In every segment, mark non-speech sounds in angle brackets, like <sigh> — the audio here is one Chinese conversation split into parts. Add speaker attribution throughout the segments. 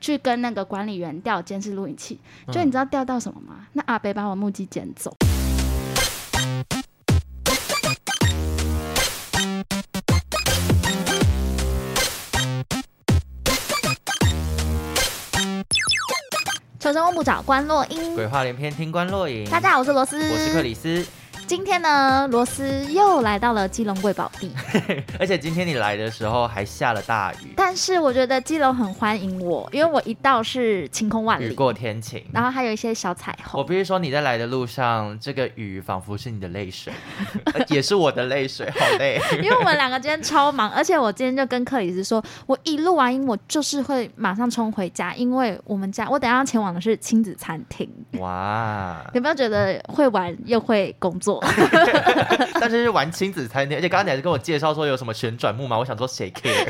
Speaker 1: 去跟那个管理员调监视录影器，
Speaker 2: 嗯
Speaker 1: 就你知道调到什么吗？那阿北把我目击捡走。
Speaker 3: 求生问不找关洛英。
Speaker 2: 鬼话连篇，听官落影。
Speaker 3: 大家好，我是罗斯，
Speaker 2: 我是克里斯。
Speaker 3: 今天呢，罗斯又来到了基隆贵宝
Speaker 2: <laughs>
Speaker 3: 地，
Speaker 2: 而且今天你来的时候还下了大雨，
Speaker 3: 但是我觉得基隆很欢迎我，因为我一到是晴空万
Speaker 2: 雨
Speaker 3: 里，
Speaker 2: 过天晴。
Speaker 3: 然后还有一些小彩虹。
Speaker 2: 我必须说，你在来的路上，这个雨仿佛是你的泪
Speaker 3: <laughs>
Speaker 2: 水，呃也是我的泪水，好累。
Speaker 3: 因为我们两个今天
Speaker 2: <laughs>
Speaker 3: 超忙，而且我今天就跟克里斯说，我一录完音，我就是会马上冲回家，因为我们家我等一下要前往的是亲子餐厅。
Speaker 2: 哇！
Speaker 3: 有没有觉得会玩又会工作？
Speaker 2: 但是是玩亲子餐厅，而且刚刚你还是跟我介绍说有什么旋转木马，我想说谁
Speaker 3: <laughs>
Speaker 2: care？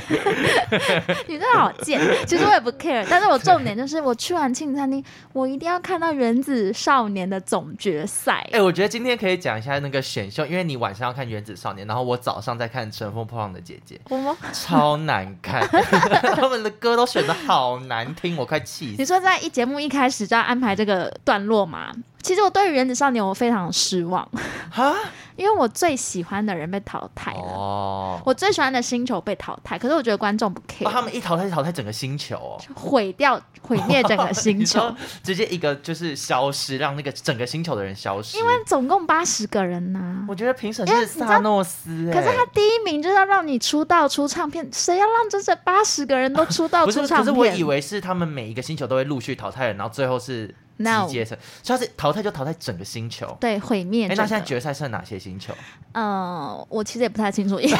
Speaker 3: 你真的好
Speaker 2: <laughs>
Speaker 3: 贱。其实我也不 care，但是我重点就是我去完庆餐厅，我一定要看到原子少年的总决赛。
Speaker 2: 哎、我觉得今天可以讲一下那个选秀，因为你晚上要看《原子少年》，然后我早上在看《乘风破浪的姐姐
Speaker 3: 我们》，
Speaker 2: 超难
Speaker 3: <laughs>
Speaker 2: 看， <laughs> 他们的歌都选的好难听，我快气
Speaker 3: <laughs>
Speaker 2: 死
Speaker 3: 你。说在一节目一开始就要安排这个段落嘛？其实我对于原子少年我非常失望，
Speaker 2: 哈，
Speaker 3: 因为我最喜欢的人被淘汰了。
Speaker 2: 哦，
Speaker 3: 我最喜欢的星球被淘汰，可是我觉得观众不
Speaker 2: 哦他
Speaker 3: care，
Speaker 2: 们一淘汰就淘汰整个星球、哦。
Speaker 3: 毁掉、毁灭整个星球
Speaker 2: <laughs> 你。说直接一个就是消失，让那个整个星球的人消失。
Speaker 3: 因为总共八十个人呐、
Speaker 2: 我觉得评审
Speaker 3: 因
Speaker 2: 是
Speaker 3: 为你知道
Speaker 2: 萨诺斯、欸，
Speaker 3: 可是他第一名就是要让你出道出唱片，谁要让这这八十个人都出道
Speaker 2: 不
Speaker 3: 出
Speaker 2: 是，
Speaker 3: 唱
Speaker 2: 可
Speaker 3: 片？
Speaker 2: 是我以为是他们每一个星球都会陆续淘汰人，然后最后是集
Speaker 3: No
Speaker 2: 结成，所以他是淘汰就淘汰整个星球。
Speaker 3: 对毁灭
Speaker 2: 哎、
Speaker 3: 整个。
Speaker 2: 那现在决赛剩哪些星球？
Speaker 3: 嗯、我其实也不太清楚，
Speaker 2: <laughs>
Speaker 3: 因为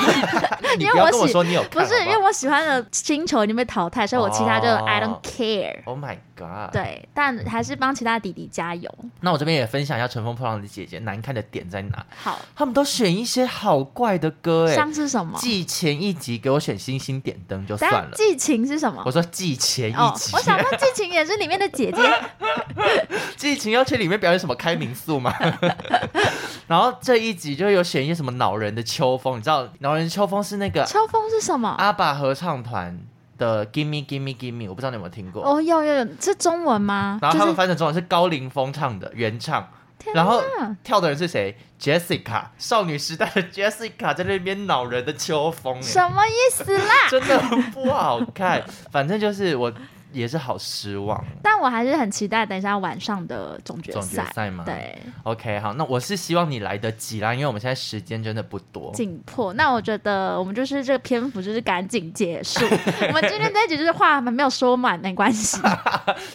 Speaker 2: 你
Speaker 3: <laughs> 因为
Speaker 2: 不要
Speaker 3: 我
Speaker 2: 跟我
Speaker 3: 喜
Speaker 2: 说你有看
Speaker 3: 不是因为
Speaker 2: 好
Speaker 3: 我喜欢的星球已经被淘汰，所以我其他就
Speaker 2: 哦
Speaker 3: I don't care。
Speaker 2: 不好 Oh my god！，
Speaker 3: 对，但还是帮其他弟弟加油。
Speaker 2: 那我这边也分享一下《乘风破浪的姐姐》难看的点在哪？
Speaker 3: 好，
Speaker 2: 他们都选一些好怪的歌、欸，哎，
Speaker 3: 像是什么？
Speaker 2: 季前一集给我选《星星点灯》就算
Speaker 3: 但
Speaker 2: 了。
Speaker 3: 季情是什么
Speaker 2: 我？说季前一集，
Speaker 3: 哦，我
Speaker 2: <laughs>
Speaker 3: 想说季情也是里面的姐姐。
Speaker 2: 季情要去里面表演什么开民宿
Speaker 3: <laughs>
Speaker 2: 吗？然后这一集就有选一些什么恼人的秋风，你知道恼人的秋风是那个
Speaker 3: 秋风是什么？
Speaker 2: 阿爸合唱团的 Gimme Gimme Gimme，我不知道你有没有听过。
Speaker 3: 哦，有有有，是中文吗？
Speaker 2: 然后他
Speaker 3: 就
Speaker 2: 们
Speaker 3: 是
Speaker 2: 翻成中文是高凌风唱的原唱，
Speaker 3: 天
Speaker 2: 然后
Speaker 3: 哪
Speaker 2: 跳的人是谁？Jessica，少女时代的 Jessica 在那边恼人的秋风，哎
Speaker 3: 什么意思啦？ <laughs>
Speaker 2: 真的不好看。反正就是我也是好失望。
Speaker 3: 但我还是很期待等一下晚上的总决
Speaker 2: 总决
Speaker 3: 赛。
Speaker 2: 赛啊吗？
Speaker 3: 对，
Speaker 2: OK，好，那我是希望你来得及啦，因为我们现在时间真的不多。
Speaker 3: 紧迫。那我觉得我们就是这个篇幅就是赶紧
Speaker 2: <laughs>
Speaker 3: 结束。我们今天这一集就是话还没有说满，没关系，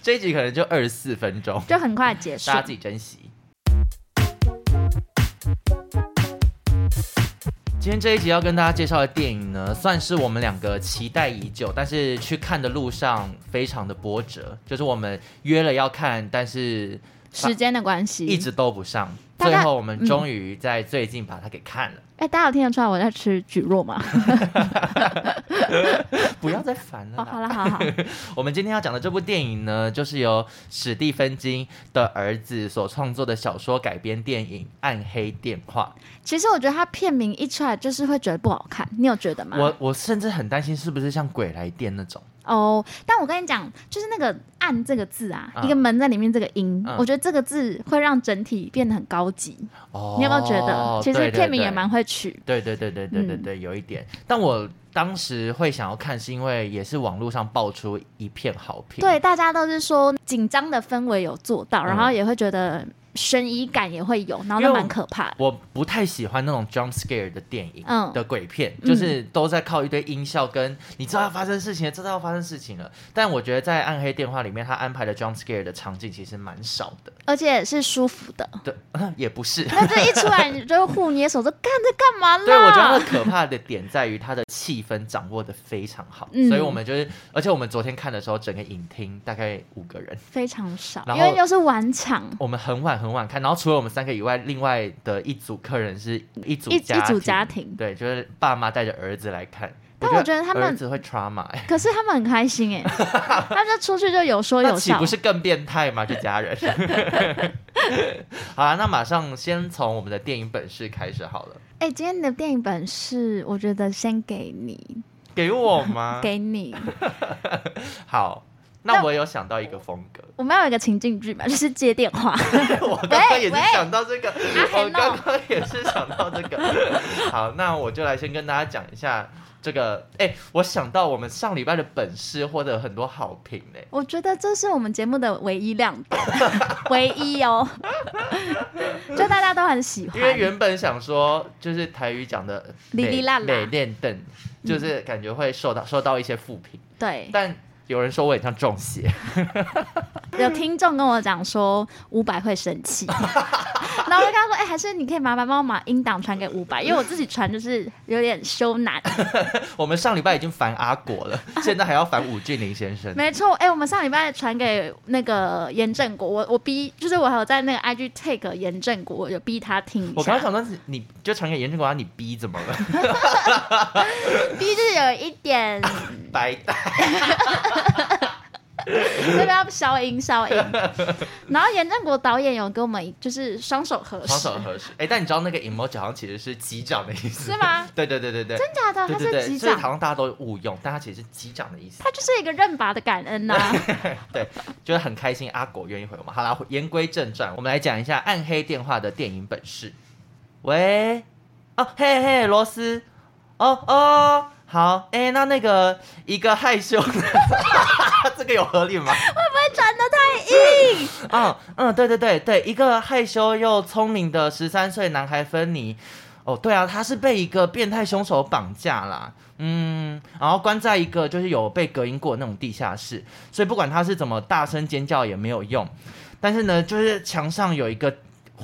Speaker 2: 这一集可能就二十四分钟，
Speaker 3: 就很快结束
Speaker 2: 大家。自己珍惜。今天这一集要跟大家介绍的电影呢，算是我们两个期待已久，但是去看的路上非常的波折，就是我们约了要看，但是
Speaker 3: 时间的关系，
Speaker 2: 一直都不上。
Speaker 3: 大嗯
Speaker 2: 最
Speaker 3: 家
Speaker 2: 后我们终于在最近把它给看了，
Speaker 3: 哎、大家有听得出来我在吃蒟蒻吗？
Speaker 2: <laughs> 不要再烦了
Speaker 3: 哦，
Speaker 2: 啦。
Speaker 3: 好了，好好，
Speaker 2: 我们今天要讲的这部电影呢，就是由史蒂芬金的儿子所创作的小说改编电影《暗黑电话》
Speaker 3: 其实我觉得它片名一出来就是会觉得不好看，你有觉得吗？
Speaker 2: 我我甚至很担心是不是像《鬼来电》那种，
Speaker 3: 哦但我跟你讲，就是那个“暗”这个字啊，
Speaker 2: 嗯
Speaker 3: 一个门在里面这个音，
Speaker 2: 嗯
Speaker 3: 我觉得这个字会让整体变得很高级。
Speaker 2: 哦
Speaker 3: 你有没有觉得？其实片名也……蛮会嗯取。
Speaker 2: 对对对对对对对对，有一点。但我当时会想要看，是因为也是网络上爆出一片好评。
Speaker 3: 对，大家都是说紧张的氛围有做到，然后
Speaker 2: 嗯
Speaker 3: 也会觉得悬疑感也会有，然
Speaker 2: 因
Speaker 3: 后
Speaker 2: 为
Speaker 3: 都
Speaker 2: 我
Speaker 3: 蛮可怕的。
Speaker 2: 我不太喜欢那种 jump scare 的电影，
Speaker 3: 嗯
Speaker 2: 的鬼片，就是都在靠一堆音效跟你知道要发生事情了，知道要发生事情了。但我觉得在《暗黑电话》里面，他安排的 jump scare 的场景其实蛮少的， <laughs>
Speaker 3: 而且是舒服的，
Speaker 2: 对，也不是。
Speaker 3: 那这一出来你就护你的手说干这干嘛
Speaker 2: <laughs>
Speaker 3: 啦？
Speaker 2: 对，我觉得它的可怕的点在于它的气氛掌握的非常好，
Speaker 3: 嗯
Speaker 2: 所以我们就是，而且我们昨天看的时候，整个影厅大概五个人，
Speaker 3: 非常少，
Speaker 2: 然
Speaker 3: 因为
Speaker 2: 后
Speaker 3: 又是晚场，
Speaker 2: 我们很晚很晚看，然后除了我们三个以外，另外的一组客人是一组
Speaker 3: 一
Speaker 2: 家
Speaker 3: 一组
Speaker 2: 庭
Speaker 3: 家庭。
Speaker 2: 对，就是爸妈带着儿子来看，
Speaker 3: 但我觉得他们
Speaker 2: 儿子会 trauma，、欸、
Speaker 3: <laughs> 可是他们很开
Speaker 2: <laughs>
Speaker 3: 心哎，他们就出去就有说
Speaker 2: 那
Speaker 3: 有
Speaker 2: 岂
Speaker 3: 笑
Speaker 2: 不。是更变态吗？这家人。 <laughs> 好啊，那马上先从我们的电影本事开始好了。
Speaker 3: 哎、今天的电影本是我 <laughs> 觉得先给你，
Speaker 2: 啊给我吗？
Speaker 3: 给你。
Speaker 2: 好，那我有想到一个风格，
Speaker 1: 我们要有一个情境剧嘛，就是接电话。
Speaker 2: <laughs> 我刚刚也是
Speaker 1: 喂
Speaker 2: 想到这个，
Speaker 1: hello
Speaker 2: 我刚刚也是想到这个。好，那我就来先跟大家讲一下这个。哎、我想到我们上礼拜的本事获得很多好评呢、
Speaker 1: 我觉得这是我们节目的唯一亮
Speaker 2: <laughs>
Speaker 1: 点，唯一哦，就大家都很喜欢。
Speaker 2: 因为原本想说，就是台语讲的
Speaker 1: 哩哩啦啦嗯
Speaker 2: 美练邓，就是感觉会受到受到一些负评，
Speaker 1: 对，
Speaker 2: 但有人说我很像中邪，
Speaker 1: 有听众跟我讲说伍佰会生
Speaker 2: <laughs>
Speaker 1: 气，然后我就跟他说：“哎、还是你可以麻烦帮我把音档传给伍佰，因为我自己传就是有点羞
Speaker 2: <laughs>
Speaker 1: 难。
Speaker 2: 我们上礼拜已经烦阿果
Speaker 1: <laughs>
Speaker 2: 了，现在还要烦武俊林先”生。
Speaker 1: 没错，哎、我们上礼拜传给那个严正国，我我逼，就是我还有在那个 IG take 严正国，我就逼他听一
Speaker 2: 我刚
Speaker 1: 下
Speaker 2: 刚，想到你，你就传给严正国，你逼怎么了？ <laughs>
Speaker 1: 逼就是有一点，
Speaker 2: 白搭。
Speaker 1: 这边要消音消
Speaker 2: <laughs>
Speaker 1: 音。然后严正国导演有跟我们就是双手合十，
Speaker 2: 双手合十。哎、但你知道那个 emoji 好像其实是击掌的意思，
Speaker 1: 是吗？
Speaker 2: <laughs> 对对对对对，
Speaker 1: 真假的，
Speaker 2: 对
Speaker 1: 他
Speaker 2: 对
Speaker 1: 是
Speaker 2: 对，
Speaker 1: 击
Speaker 2: 所以
Speaker 1: 掌，
Speaker 2: 好像大家都误用，但它其实是击掌的意思，
Speaker 1: 他就是一个认拔的感恩
Speaker 2: <laughs>
Speaker 1: 呐、
Speaker 2: 就是很开心阿果愿意回我们。好啦，言归正传，我们来讲一下《暗黑电话》的电影本事。喂，哦嘿嘿，罗斯，哦哦，好，哎、那那个一个害羞的， <laughs> 这个有合理吗？
Speaker 1: 转的太
Speaker 2: <laughs>
Speaker 1: 硬。
Speaker 2: 嗯嗯，对对对对，一个害羞又聪明的十三岁男孩芬妮。哦，对啊，他是被一个变态凶手绑架啦，嗯，然后关在一个就是有被隔音过那种地下室，所以不管他是怎么大声尖叫也没有用。但是呢，就是墙上有一个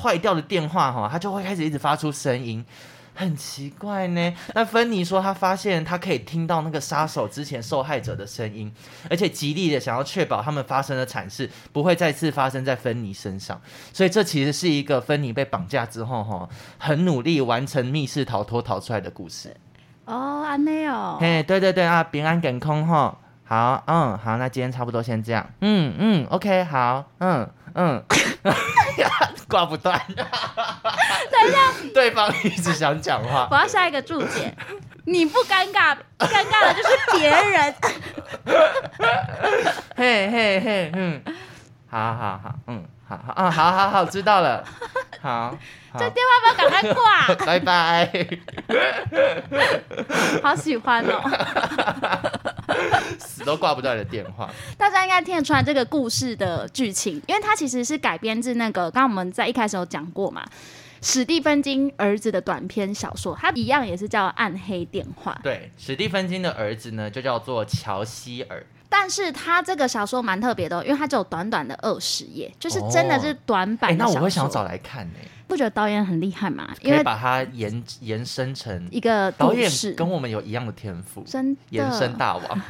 Speaker 2: 坏掉的电话哈、他就会开始一直发出声音，很奇怪呢。那芬妮说，她发现她可以听到那个杀手之前受害者的声音，而且极力的想要确保他们发生的惨事不会再次发生在芬妮身上。所以这其实是一个芬妮被绑架之后哈，很努力完成密室逃脱逃出来的故事。
Speaker 1: 哦，安内哦，
Speaker 2: 嘿，对对对啊，平安梗空哈。好，嗯，好，那今天差不多先这样，嗯嗯，OK，好，嗯嗯， <laughs> 挂不断，等一下，对方一直想讲话
Speaker 1: 我，要下一个注解。你不尴
Speaker 2: <laughs>
Speaker 1: 尬，尴尬的就是别人。 <laughs>
Speaker 2: 嘿嘿嘿，嗯，好好好，嗯，好好啊，好好好，知道了，好，好
Speaker 1: 这电话不要赶快挂，
Speaker 2: <laughs> 拜拜。
Speaker 1: 好喜欢哦！
Speaker 2: 死都挂不掉你的电话。
Speaker 1: 大家应该听得出来这个故事的剧情，因为它其实是改编自那个刚刚我们在一开始有讲过嘛，史蒂芬金儿子的短篇小说，它一样也是叫《暗黑电话》。
Speaker 2: 对，史蒂芬金的儿子呢，就叫做乔希尔。
Speaker 1: 但是它这个小说蛮特别的、哦，因为它只有短短的二十页，就是真的是短
Speaker 2: 哎、
Speaker 1: 版的小
Speaker 2: 那我
Speaker 1: 说。
Speaker 2: 会想要找来看呢、
Speaker 1: 不觉得导演很厉害吗？因
Speaker 2: 可以
Speaker 1: 为
Speaker 2: 把它延延伸成
Speaker 1: 一个
Speaker 2: 导
Speaker 1: 故
Speaker 2: 演
Speaker 1: 事
Speaker 2: 跟我们有一样的天赋，
Speaker 1: 真的
Speaker 2: 延伸大王。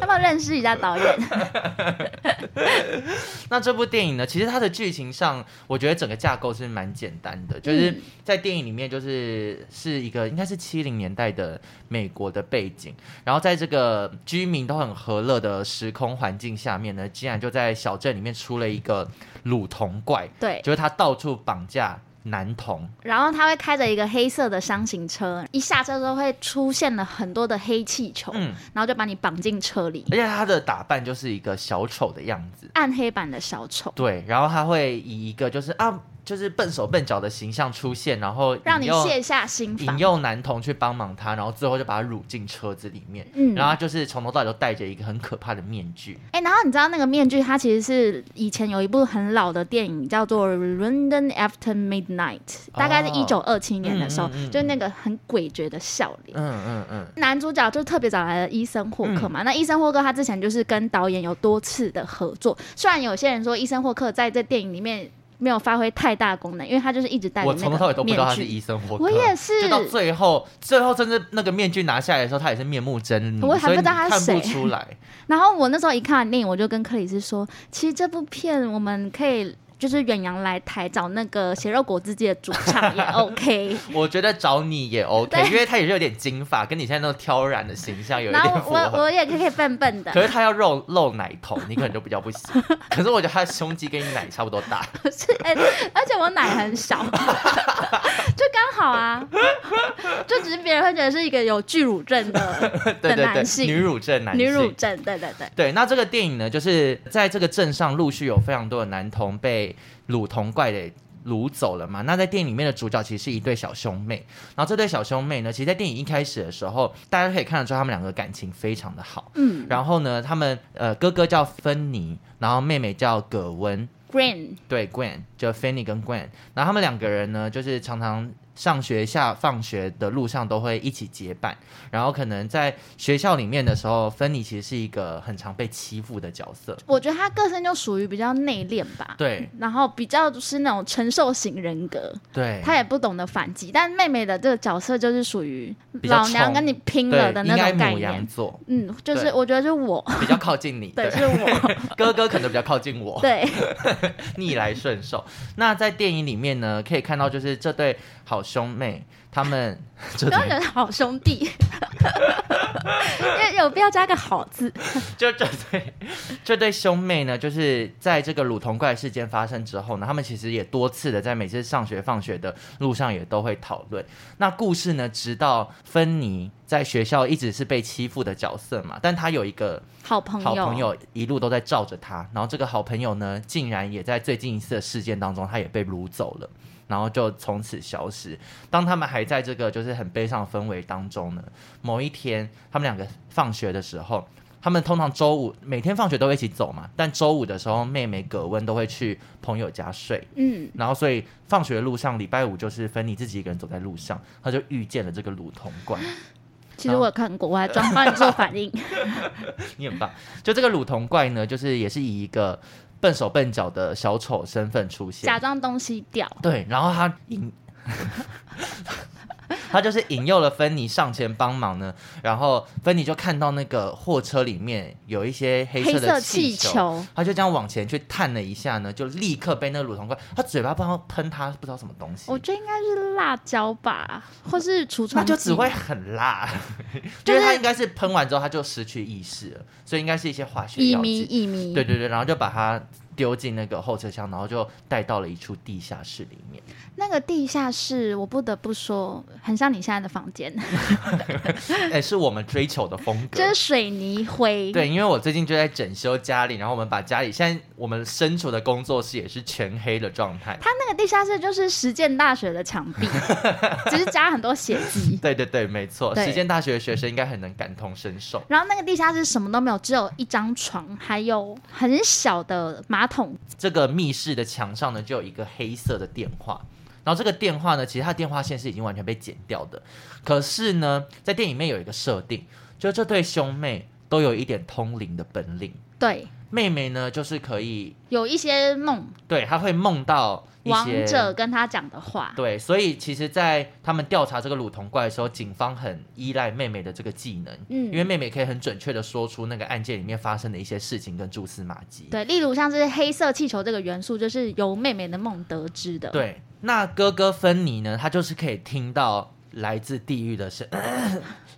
Speaker 1: 要不要认识一下导演？
Speaker 2: <laughs> 那这部电影呢，其实它的剧情上，我觉得整个架构是蛮简单的，就是在电影里面，就是是一个应该是七零年代的美国的背景，然后在这个居民都很和乐的时空环境下面呢，竟然就在小镇里面出了一个乳童怪，
Speaker 1: 对，
Speaker 2: 就是他到处绑架男童，
Speaker 1: 然后他会开着一个黑色的箱型车，一下车之后会出现了很多的黑气球，
Speaker 2: 嗯，
Speaker 1: 然后就把你绑进车里
Speaker 2: 而，且他的打扮就是一个小丑的样子，
Speaker 1: 暗黑版的小丑，
Speaker 2: 对，然后他会以一个就是啊，就是笨手笨脚的形象出现，然后
Speaker 1: 让你
Speaker 2: 引诱
Speaker 1: 卸下心
Speaker 2: 引
Speaker 1: 防。
Speaker 2: 诱男童去帮忙他，然后最后就把他掳进车子里面，
Speaker 1: 嗯
Speaker 2: 然后他就是从头到尾都戴着一个很可怕的面具，
Speaker 1: 哎、然后你知道那个面具，它其实是以前有一部很老的电影叫做《London After Midnight》，大概是
Speaker 2: 哦
Speaker 1: 一九二七年的时候，
Speaker 2: 嗯嗯嗯
Speaker 1: 就是那个很诡谲的笑脸。
Speaker 2: 嗯嗯嗯，
Speaker 1: 男主角就特别找来了伊森霍克嘛。那伊森霍克他之前就是跟导演有多次的合作，虽然有些人说伊森霍克在这电影里面没有发挥太大功能，因为他就是一直戴着
Speaker 2: 我从头到
Speaker 1: 那
Speaker 2: 尾
Speaker 1: 个
Speaker 2: 都不知道
Speaker 1: 面
Speaker 2: 他是
Speaker 1: 具。
Speaker 2: 医生或
Speaker 1: 我也是
Speaker 2: 就到最后，最后甚至那个面具拿下来的时候，他也是面目狰狞，
Speaker 1: 我还
Speaker 2: 所以
Speaker 1: 不知道
Speaker 2: 你
Speaker 1: 他是
Speaker 2: 看不
Speaker 1: 谁
Speaker 2: 出来。
Speaker 1: 然后我那时候一看完电影，我就跟克里斯说，其实这部片我们可以。就是远洋来台找那个血肉果汁机的主唱也
Speaker 2: <laughs>
Speaker 1: OK。
Speaker 2: 我觉得找你也 OK，
Speaker 1: <laughs> 对
Speaker 2: 因为他也是有点金发，跟你现在那种挑染的形象有一
Speaker 1: 然
Speaker 2: 点
Speaker 1: 后
Speaker 2: 符
Speaker 1: 我我
Speaker 2: 合。
Speaker 1: 我也可以笨笨的，
Speaker 2: 可是他要露露奶头，你可能就比较
Speaker 1: <laughs>
Speaker 2: 不行。可是我觉得他的胸肌跟你奶差不多大，
Speaker 1: 可是哎、而且我奶很小，就刚好啊，就只是别人会觉得是一个有巨乳症的
Speaker 2: 对对
Speaker 1: 的男
Speaker 2: 对，
Speaker 1: 性
Speaker 2: 女乳症男性。
Speaker 1: 女乳症，对对对，
Speaker 2: 对，那这个电影呢，就是在这个镇上陆续有非常多的男童被乳童怪给掳走了嘛。那在电影里面的主角其实是一对小兄妹，然后这对小兄妹呢，其实，在电影一开始的时候，大家可以看得出他们两个感情非常的好。
Speaker 1: 嗯
Speaker 2: 然后呢，他们呃哥哥叫芬妮，然后妹妹叫葛温，
Speaker 1: ，Green
Speaker 2: 对 Gwen 就 Fanny 跟 Gwen，然后他们两个人呢，就是常常上学下放学的路上都会一起结伴，然后可能在学校里面的时候，芬妮其实是一个很常被欺负的角色，
Speaker 1: 我觉得他个性就属于比较内敛吧，
Speaker 2: 对
Speaker 1: 然后比较就是那种承受型人格，
Speaker 2: 对，
Speaker 1: 他也不懂得反击，但妹妹的这个角色就是属于
Speaker 2: 比较
Speaker 1: 老娘
Speaker 2: 冲
Speaker 1: 跟你拼了的
Speaker 2: 对应
Speaker 1: 那
Speaker 2: 该
Speaker 1: 种概
Speaker 2: 母羊
Speaker 1: 念。 <laughs>
Speaker 2: 座
Speaker 1: 嗯，就是
Speaker 2: 对
Speaker 1: 我觉得就是我，
Speaker 2: 比较靠近你，
Speaker 1: 对，就是我，
Speaker 2: 哥哥可能比较靠近我，
Speaker 1: 对，
Speaker 2: <laughs> 逆来顺受。那在电影里面呢，可以看到就是这对好兄妹，他们这
Speaker 1: 不要
Speaker 2: 对
Speaker 1: 觉得好兄弟，因为有必要加个好字。
Speaker 2: <laughs> 就这对这对兄妹呢，就是在这个乳童怪事件发生之后呢，他们其实也多次的在每次上学放学的路上也都会讨论。那故事呢，直到芬妮在学校一直是被欺负的角色嘛，但她有一个
Speaker 1: 好朋友，
Speaker 2: 好朋友一路都在罩着她，然后这个好朋友呢，竟然也在最近一次的事件当中，他也被掳走了。然后就从此消失。当他们还在这个就是很悲伤的氛围当中呢，某一天他们两个放学的时候，他们通常周五每天放学都会一起走嘛，但周五的时候，妹妹葛温都会去朋友家睡。
Speaker 1: 嗯，
Speaker 2: 然后，所以放学的路上，礼拜五就是芬妮自己一个人走在路上，她就遇见了这个乳童怪。
Speaker 1: 其实我有看过，我还专帮你做反
Speaker 2: <laughs>
Speaker 1: 应。
Speaker 2: 你很棒。就这个乳童怪呢，就是也是以一个笨手笨脚的小丑身份出现
Speaker 1: 假。装东西掉，
Speaker 2: 对，然后他引， <laughs> 他就是引诱了芬妮上前帮忙呢。然后芬妮就看到那个货车里面有一些黑
Speaker 1: 黑
Speaker 2: 色的
Speaker 1: 色气
Speaker 2: 球，
Speaker 1: 球，
Speaker 2: 他就这样往前去探了一下呢，就立刻被那个乳童怪，他嘴巴不知道喷他不知道什么东西
Speaker 1: 我。觉得应该是辣椒吧，或是除
Speaker 2: 那
Speaker 1: 虫
Speaker 2: 就
Speaker 1: 剂
Speaker 2: 只会很辣，
Speaker 1: 就
Speaker 2: 因为他
Speaker 1: 是
Speaker 2: 应该是喷完之后他就失去意识了，所以应该是一些化学
Speaker 1: 乙
Speaker 2: 药
Speaker 1: 醚
Speaker 2: 剂。
Speaker 1: 乙醚。
Speaker 2: 对对对，然后就把它丢进那个后车厢，然后就带到了一处地下室里面。
Speaker 1: 那个地下室，我不得不说，很像你现在的房间， <laughs>
Speaker 2: 哎，是我们追求的风格
Speaker 1: 就。是水泥灰。
Speaker 2: 对，因为我最近就在整修家里，然后我们把家里现在我们身处的工作室也是全黑的状态。
Speaker 1: 它那个地下室就是实践大学的墙
Speaker 2: <laughs>
Speaker 1: 壁，只是加很多血迹。
Speaker 2: 对对对，没错，
Speaker 1: 对
Speaker 2: 实践大学的学生应该很能感同身受。
Speaker 1: 然后那个地下室什么都没有，只有一张床，还有很小的马桶。
Speaker 2: 这个密室的墙上呢，就有一个黑色的电话。然后这个电话呢，其实它的电话线是已经完全被剪掉的。可是呢，在电影里面有一个设定，就这对兄妹都有一点通灵的本领。
Speaker 1: 对，
Speaker 2: 妹妹呢，就是可以，
Speaker 1: 有一些梦，
Speaker 2: 对，她会梦到一
Speaker 1: 王
Speaker 2: 些
Speaker 1: 者跟他讲的话。
Speaker 2: 对，所以其实，在他们调查这个乳童怪的时候，警方很依赖妹妹的这个技能，
Speaker 1: 嗯
Speaker 2: 因为妹妹可以很准确的说出那个案件里面发生的一些事情跟蛛丝马迹。
Speaker 1: 对，例如像是黑色气球这个元素，就是由妹妹的梦得知的。，
Speaker 2: 对，那哥哥芬妮呢，他就是可以听到来自地狱的声， <clears throat>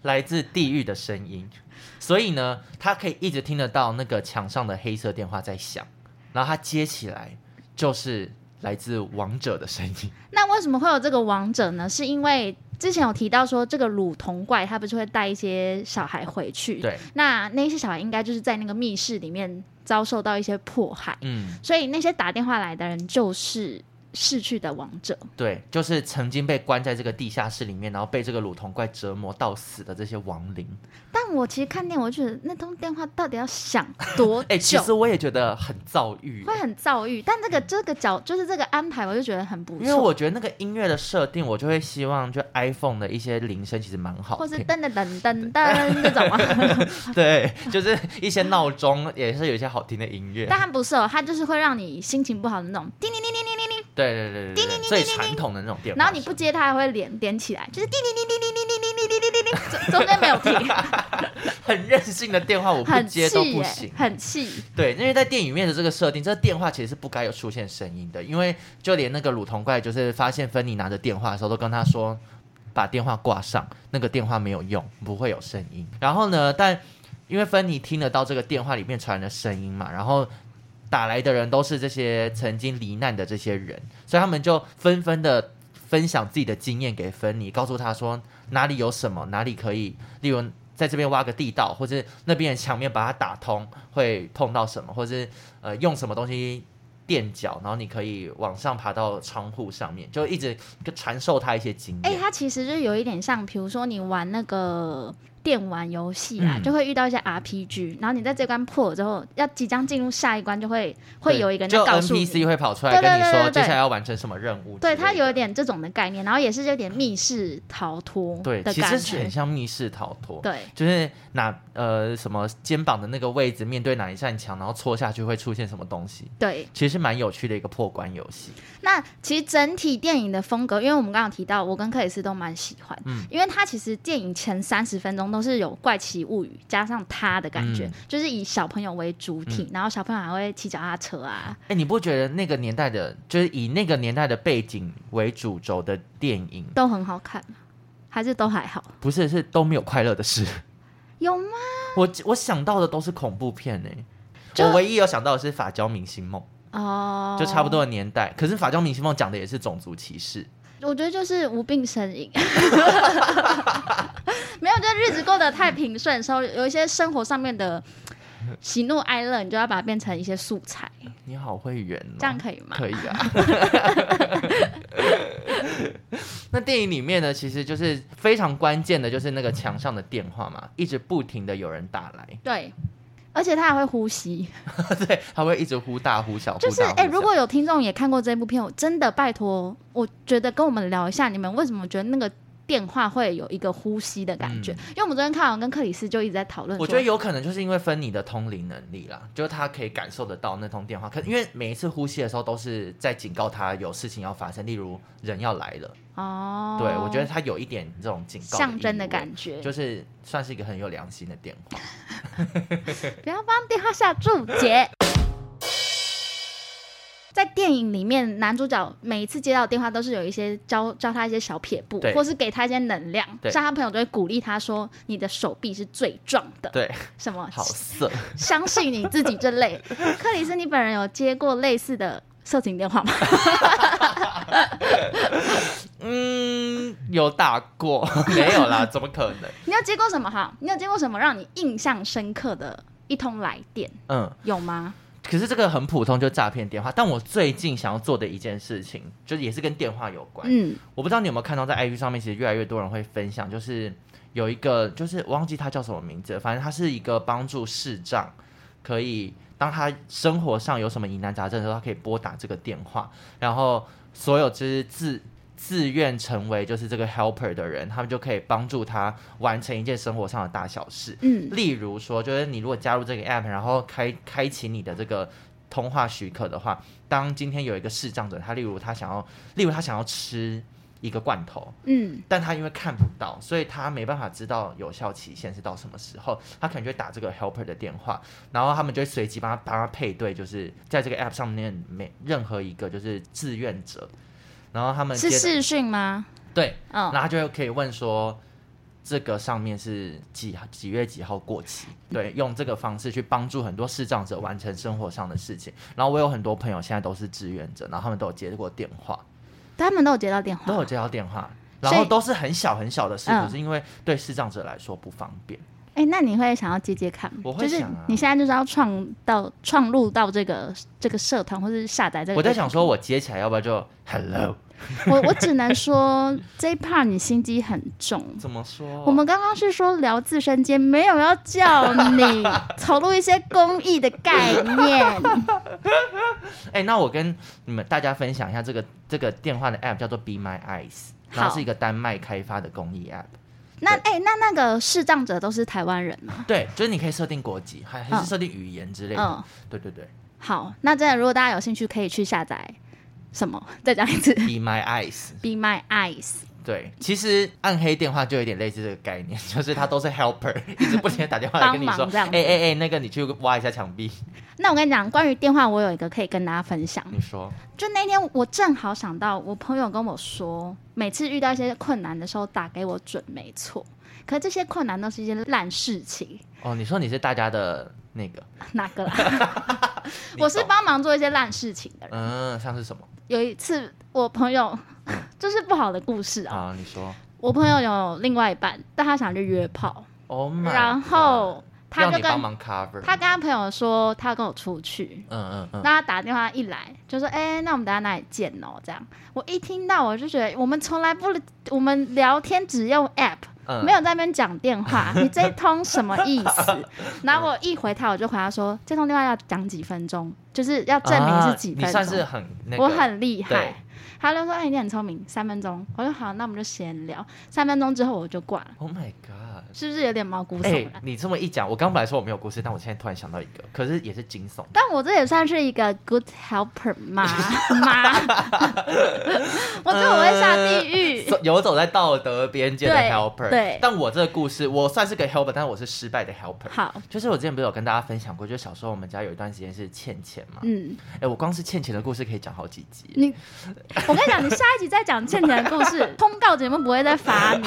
Speaker 2: 来自地狱的声音，所以呢，他可以一直听得到那个墙上的黑色电话在响，然后他接起来就是来自王者的声音。
Speaker 1: 那为什么会有这个王者呢？是因为之前有提到说，这个乳童怪他不是会带一些小孩回去？
Speaker 2: 对，
Speaker 1: 那那些小孩应该就是在那个密室里面遭受到一些迫害，
Speaker 2: 嗯，
Speaker 1: 所以那些打电话来的人就是逝去的王者。
Speaker 2: 对，就是曾经被关在这个地下室里面，然后被这个乳童怪折磨到死的这些亡灵。
Speaker 1: 但我其实看电影，我就觉得那通电话到底要响多 <laughs>
Speaker 2: 哎、其
Speaker 1: 久，
Speaker 2: 实我也觉得很躁郁。
Speaker 1: 会很躁郁。但这个这个角就是这个安排，我就觉得很不
Speaker 2: 因为
Speaker 1: 错。
Speaker 2: 我觉得那个音乐的设定，我就会希望就 iPhone 的一些铃声其实蛮好
Speaker 1: 或
Speaker 2: 听
Speaker 1: 是噔噔噔噔噔这种啊，
Speaker 2: <laughs> 对，就是一些闹钟也是有一些好听的音乐。
Speaker 1: 但它不是哦，它就是会让你心情不好的那种叮叮叮叮叮叮叮，
Speaker 2: 对对对对对，最传统的那种电话声。
Speaker 1: 然后你不接它还会连连起来，就是叮叮叮叮叮叮叮叮叮叮叮叮中中间没有停，
Speaker 2: 很任性的电话我不
Speaker 1: 很
Speaker 2: 接都
Speaker 1: 气
Speaker 2: 不
Speaker 1: 耶
Speaker 2: 行，。
Speaker 1: 很气。
Speaker 2: 对，因为在电影院的这个设定，这个电话其实是不该有出现声音的，因为就连那个乳头怪，就是发现芬妮拿着电话的时候，都跟他说把电话挂上，那个电话没有用，不会有声音。然后呢，但因为芬妮听得到这个电话里面传来的声音嘛，然后。打来的人都是这些曾经罹难的这些人，所以他们就纷纷的分享自己的经验给芬妮，告诉她说哪里有什么，哪里可以，例如在这边挖个地道，或是那边的墙面把它打通，会碰到什么，或是呃用什么东西垫脚，然后你可以往上爬到窗户上面，就一直 <coughs> 传授他一些经
Speaker 1: 哎、
Speaker 2: 验。
Speaker 1: 它其实就有一点像，比如说你玩那个电玩游戏啊，
Speaker 2: 嗯
Speaker 1: 就会遇到一些 RPG，然后你在这关破了之后，要即将进入下一关，就会
Speaker 2: 对
Speaker 1: 会有一个人
Speaker 2: 就
Speaker 1: 在告诉你。
Speaker 2: NPC 会跑出来
Speaker 1: 对对
Speaker 2: 跟你
Speaker 1: 对
Speaker 2: 说
Speaker 1: 对对
Speaker 2: 接下来要完成什么任务之类
Speaker 1: 对，
Speaker 2: 的。
Speaker 1: 它有一点这种的概念，然后也是有点密室逃脱
Speaker 2: 对，
Speaker 1: 的
Speaker 2: 其实
Speaker 1: 感
Speaker 2: 是
Speaker 1: 觉
Speaker 2: 很。像密室逃脱。
Speaker 1: 对，
Speaker 2: 就是哪呃什么肩膀的那个位置面对哪一扇墙，然后戳下去会出现什么东西，
Speaker 1: 对，
Speaker 2: 其实是蛮有趣的一个破关游戏。
Speaker 1: 那其实整体电影的风格，因为我们刚刚有提到，我跟克里斯都蛮喜欢，
Speaker 2: 嗯
Speaker 1: 因为它其实电影前三十分钟都是有怪奇物语加上它的感觉，
Speaker 2: 嗯
Speaker 1: 就是以小朋友为主体，然后小朋友还会骑脚踏车啊，
Speaker 2: 哎、你不觉得那个年代的，就是以那个年代的背景为主轴的电影，
Speaker 1: 都很好看，还是都还好？
Speaker 2: 不是是都没有快乐的事？ <laughs>
Speaker 1: 有吗？
Speaker 2: 我我想到的都是恐怖片呢、
Speaker 1: 就
Speaker 2: 我唯一有想到的是《法教明星梦
Speaker 1: 哦》，，
Speaker 2: 就差不。多的年代。可是《法教明星梦》讲的也是种族歧视，
Speaker 1: 我觉得就是无病呻吟， <laughs> 没有，就是日子过得太平顺的时候，有一些生活上面的喜怒哀乐，你就要把它变成一些素材，
Speaker 2: 你好会圆哦、
Speaker 1: 这样可以吗？
Speaker 2: 可以
Speaker 1: <laughs>
Speaker 2: 啊。那电影里面呢，其实就是非常关键的，就是那个墙上的电话嘛，一直不停的有人打来， <laughs>
Speaker 1: 对，而且他还会呼吸，
Speaker 2: 对，他会一直忽大忽小，
Speaker 1: 就是
Speaker 2: 忽大忽
Speaker 1: 哎、
Speaker 2: 小
Speaker 1: 如果有听众也看过这部片，我真的拜托，我觉得跟我们聊一下，你们为什么觉得那个电话会有一个呼吸的感觉？
Speaker 2: 嗯
Speaker 1: 因为我们昨天看完跟克里斯就一直在讨论，
Speaker 2: 我觉得。有可能就是因为芬妮的通灵能力啦，就是她可以感受得到那通电话，可因为每一次呼吸的时候都是在警告她有事情要发生，例如人要来了。
Speaker 1: 哦，
Speaker 2: 对，我觉得她有一点这种警告
Speaker 1: 象征的
Speaker 2: 意
Speaker 1: 感觉，
Speaker 2: 味，就是算是一个很有良心的电话。
Speaker 1: 不要帮电话下注解。在电影里面，男主角每一次接到电话都是有一些教教他一些小撇步
Speaker 2: 对，
Speaker 1: 或是给他一些能量，
Speaker 2: 对
Speaker 1: 像他朋友就会鼓励他说：“你的手臂是最壮的。”
Speaker 2: 对，
Speaker 1: 什么
Speaker 2: <laughs> 好色。
Speaker 1: 相信你自己这
Speaker 2: <laughs>
Speaker 1: 类。克里斯，你本人有接过类似的色情电话吗？ <laughs>
Speaker 2: 嗯，有打 <laughs> 过，没有啦，怎么可能？
Speaker 1: 你有接过什么哈？你有接过什么让你印象深刻的一通来电
Speaker 2: 嗯，
Speaker 1: 有吗？
Speaker 2: 可是这个很普通，就诈骗电话。但我最近想要做的一件事情，就是也是跟电话有关。
Speaker 1: 嗯，
Speaker 2: 我不知道你有没有看到，在 IG 上面，其实越来越多人会分享，就是有一个，就是我忘记他叫什么名字，反正他是一个帮助视障，可以当他生活上有什么疑难杂症的时候，他可以拨打这个电话，然后所有就是自。自愿成为就是这个 helper 的人，他们就可以帮助他完成一件生活上的大小事。
Speaker 1: 嗯，
Speaker 2: 例如说，就是你如果加入这个 app，然后开开启你的这个通话许可的话，当今天有一个视障者，他例如他想要，例如他想要吃一个罐头，
Speaker 1: 嗯，
Speaker 2: 但他因为看不到，所以他没办法知道有效期限是到什么时候，他可能就会打这个 helper 的电话，然后他们就会随机帮他帮他配对，就是在这个 app 上面每任何一个就是志愿者，然后他们
Speaker 1: 是
Speaker 2: 接的
Speaker 1: 视讯吗？
Speaker 2: 对，
Speaker 1: 嗯
Speaker 2: 然后他就可以问说，这个上面是几几月几号过期？对，用这个方式去帮助很多视障者完成生活上的事情。然后我有很多朋友现在都是志愿者，然后他们都有接过电话，
Speaker 1: 他们都有接到电
Speaker 2: 都有
Speaker 1: 话。
Speaker 2: 接到电话，
Speaker 1: 啊所
Speaker 2: 然
Speaker 1: 以
Speaker 2: 后都是很小很小的事，
Speaker 1: 嗯
Speaker 2: 可是因为对视障者来说不方便。
Speaker 1: 哎、那你会想要接接看吗？
Speaker 2: 我会
Speaker 1: 就是
Speaker 2: 想啊
Speaker 1: 你现在就是要创到创入到这个这个社团，或是下载这个。
Speaker 2: 我在想说，我接起来要不要就 hello？
Speaker 1: 我我只能说这一 part 你心机很重。
Speaker 2: 怎么说？
Speaker 3: 哦
Speaker 1: 我们刚刚是说聊自身间，没有要叫你
Speaker 3: <laughs>
Speaker 1: 投入一些公益的概念。
Speaker 3: <laughs>
Speaker 2: 哎、那我跟你们大家分享一下这个这个电话的 app 叫做 Be My Eyes，然后
Speaker 1: 好
Speaker 2: 是一个丹麦开发的公益 app。
Speaker 1: 那哎、那那个视障者都是台湾人吗？
Speaker 2: 对，就是你可以设定国籍，还
Speaker 1: 嗯
Speaker 2: 还是设定语言之类的。
Speaker 1: 嗯，
Speaker 2: 对对对
Speaker 1: 好，那真的如果
Speaker 3: <laughs>
Speaker 1: 大家有兴趣，可以去下载什么？再讲一次
Speaker 2: ，Be My Eyes， <laughs>
Speaker 1: 《Be My Eyes》。
Speaker 2: 对，其实暗黑电话就有点类似这个概念，就是它都是 helper，一 <laughs> 直不停的打电话来跟你说
Speaker 3: 帮忙这样，子
Speaker 2: 哎哎哎，那个你去挖一下墙壁，
Speaker 3: 那我跟你讲，关于电话，我有一个可以跟大家分享。
Speaker 2: 你说
Speaker 3: 就那天我正好想到，我朋友跟我说，每次遇到一些困难的时候打给我准没错，可这些困难都是一些烂事情， <laughs>
Speaker 2: 哦，你说你是大家的那个，
Speaker 3: 哪个啦？
Speaker 2: <laughs> 你
Speaker 3: 我是
Speaker 2: 懂
Speaker 3: 帮忙做一些烂事情的人。
Speaker 2: 嗯，像是什么
Speaker 3: 有一次，我朋友这是不好的故事啊。
Speaker 2: 啊？你说
Speaker 3: 我朋友有另外一半，但他想去约炮，
Speaker 2: ，Oh my，
Speaker 3: 然后
Speaker 2: God，
Speaker 3: 他
Speaker 2: 要
Speaker 3: 就
Speaker 2: 你帮
Speaker 3: 跟
Speaker 2: 忙 cover，
Speaker 3: 他跟他朋友说，他要跟我出去，
Speaker 2: 嗯嗯嗯，
Speaker 3: 那他打电话一来就说：“哎、那我们等下哪里见哦？”这样，我一听到我就觉得，我们从来不，我们聊天只用 app，、
Speaker 2: 嗯
Speaker 3: 没有在那边讲电话。你这一通什么意
Speaker 2: <laughs>
Speaker 3: 思？然后我一回他，我就回他说：“这通电话要讲几分钟，就是要证明是几
Speaker 2: 啊你
Speaker 3: 分
Speaker 2: 算
Speaker 3: 钟。
Speaker 2: 是很那个，
Speaker 3: 我很厉
Speaker 2: 对
Speaker 3: 害。他就说：“哎、你很聪明，三分钟。”我说：“好，那我们就闲聊。”三分钟之后我就挂了，
Speaker 2: ，Oh my God。
Speaker 3: 是不是有点毛骨悚
Speaker 2: 哎、
Speaker 3: 然？
Speaker 2: 你这么一讲，我刚本来说我没有故事，但我现在突然想到一个，可是也是惊悚。
Speaker 3: 但我这也算是一个 good helper <laughs> 妈妈，我觉得我会下地狱。
Speaker 2: 走游走在道德边界的
Speaker 3: 对
Speaker 2: helper，
Speaker 3: 对嗯
Speaker 2: 但我这个故事，我算是个 helper，但我是失败的 helper。
Speaker 3: 好，
Speaker 2: 就是我之前不是有跟大家分享过，就是小时候我们家有一段时间是欠钱嘛，
Speaker 3: 嗯，
Speaker 2: 哎、我光是欠钱的故事可以讲好几集。
Speaker 3: 你，我跟你讲，你下一集再讲欠钱的故事，通告节目不会再罚 <laughs> 你。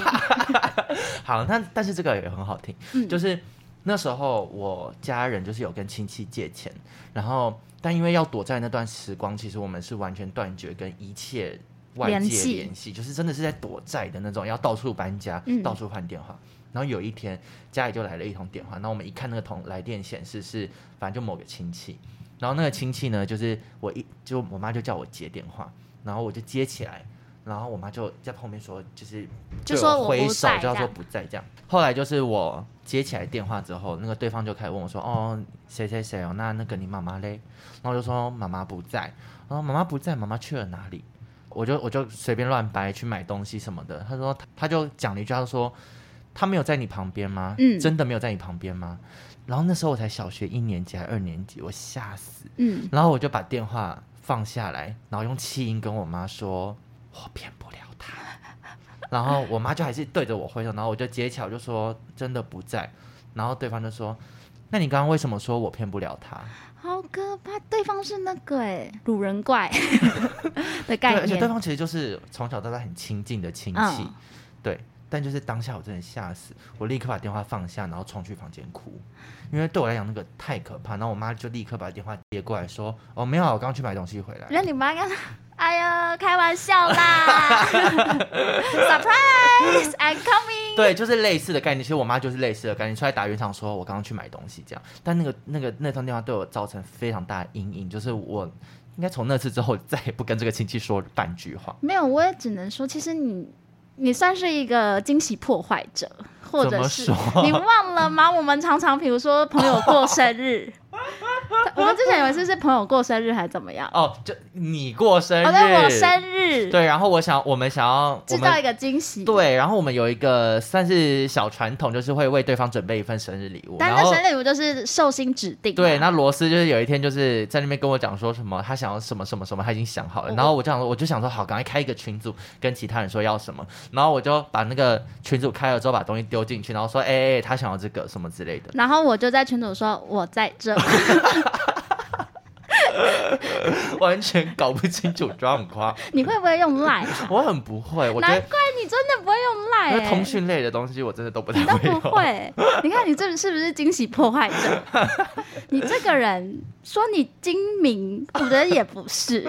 Speaker 2: <laughs> 好，那但是这个也很好听，
Speaker 3: 嗯
Speaker 2: 就是那时候我家人就是有跟亲戚借钱，然后但因为要躲在那段时光，其实我们是完全断绝跟一切外
Speaker 3: 联
Speaker 2: 界
Speaker 3: 系
Speaker 2: 联系，就是真的是在躲债的那种，要到处搬家，
Speaker 3: 嗯
Speaker 2: 到处换电话。然后有一天家里就来了一通电话，然后我们一看那个通来电显示是反正就某个亲戚，然后那个亲戚呢，就是我一就我妈就叫我接电话，然后我就接起来，然后我妈就在旁边说，就是
Speaker 3: 就
Speaker 2: 对
Speaker 3: 说我
Speaker 2: 挥
Speaker 3: 不
Speaker 2: 手
Speaker 3: 在，
Speaker 2: 就要
Speaker 3: 这
Speaker 2: 说
Speaker 3: 样
Speaker 2: 不在这样。后来就是我接起来电话之后，那个对方就开始问我说，哦，谁谁谁哦，那那个你妈妈嘞？然后我就说妈妈不在，然后妈妈不在，妈妈去了哪里？我就我就随便乱掰去买东西什么的。他说他就讲了一句，他说他没有在你旁边吗？
Speaker 3: 嗯
Speaker 2: 真的没有在你旁边吗？然后那时候我才小学一年级还二年级，我吓死。
Speaker 3: 嗯，
Speaker 2: 然后我就把电话放下来，然后用气音跟我妈说：“我骗不了他。”然后我妈就还是对着我挥手，然后我就接起来，我就说：“真的不在。”然后对方就说：“那你刚刚为什么说我骗不了他
Speaker 3: 好可怕，对方是那个哎、鲁人怪的？”
Speaker 2: 对，
Speaker 3: 概
Speaker 2: 而且对
Speaker 3: 念。
Speaker 2: 方其实就是从小到大很亲近的亲戚，
Speaker 3: 嗯
Speaker 2: 对。但就是当下我真的吓死，我立刻把电话放下，然后冲去房间哭，因为对我来讲那个太可怕。然后我妈就立刻把电话接过来说：“哦，没有啊，我刚去买东西回来。”
Speaker 3: 人你妈刚，哎呀，开玩笑啦 <laughs> ，surprise，I'm coming。
Speaker 2: 对，就是类似的概念。其实我妈就是类似的概念，出来打圆场，说我刚刚去买东西这样。但那个那个那通电话对我造成非常大的阴影，就是我应该从那次之后再也不跟这个亲戚说半句话。
Speaker 3: 没有，我也只能说，其实你你算是一个惊喜破坏者，或
Speaker 2: 怎
Speaker 3: 者
Speaker 2: 么
Speaker 3: 是
Speaker 2: <laughs> 说
Speaker 3: 你忘了吗？我们常常比如说朋友过生
Speaker 2: <laughs>
Speaker 3: 日，我们之前有一次是朋友过生日还怎么样？
Speaker 2: 哦，就你过生日，
Speaker 3: 哦，对，我生日，
Speaker 2: 对，然后我想我们想要我
Speaker 3: 制造
Speaker 2: 们。
Speaker 3: 一个惊喜。
Speaker 2: 对，然后我们有一个算是小传统，就是会为对方准备一份生日礼物。
Speaker 3: 但
Speaker 2: 然
Speaker 3: 那
Speaker 2: 后
Speaker 3: 生日礼物啊就是寿星指定嘛，啊
Speaker 2: 对，那罗斯就是有一天就是在那边跟我讲说什么，他想要什么什么什么，他已经想
Speaker 3: 嗯
Speaker 2: 好了。然后我就想说，我就想说好，赶快开一个群组，跟其他人说要什么。然后我就把那个群组开了之后，把东西丢进去，然后说，哎、哎、哎他想要这个什么之类的。 <laughs>
Speaker 3: 然后我就在群主说我在这， <laughs>
Speaker 2: 完全搞不清楚状况，
Speaker 3: 你会不会用赖、啊？
Speaker 2: 我很不会，我觉
Speaker 3: 难
Speaker 2: 得
Speaker 3: 怪你真的不会用赖、
Speaker 2: 那
Speaker 3: 欸，
Speaker 2: 通讯类的东西我真的都不太
Speaker 3: 你都
Speaker 2: 会用。
Speaker 3: 不会。你看你这是不是惊喜破坏
Speaker 2: <laughs>
Speaker 3: 者？你这个人说你精明，我觉得也不是。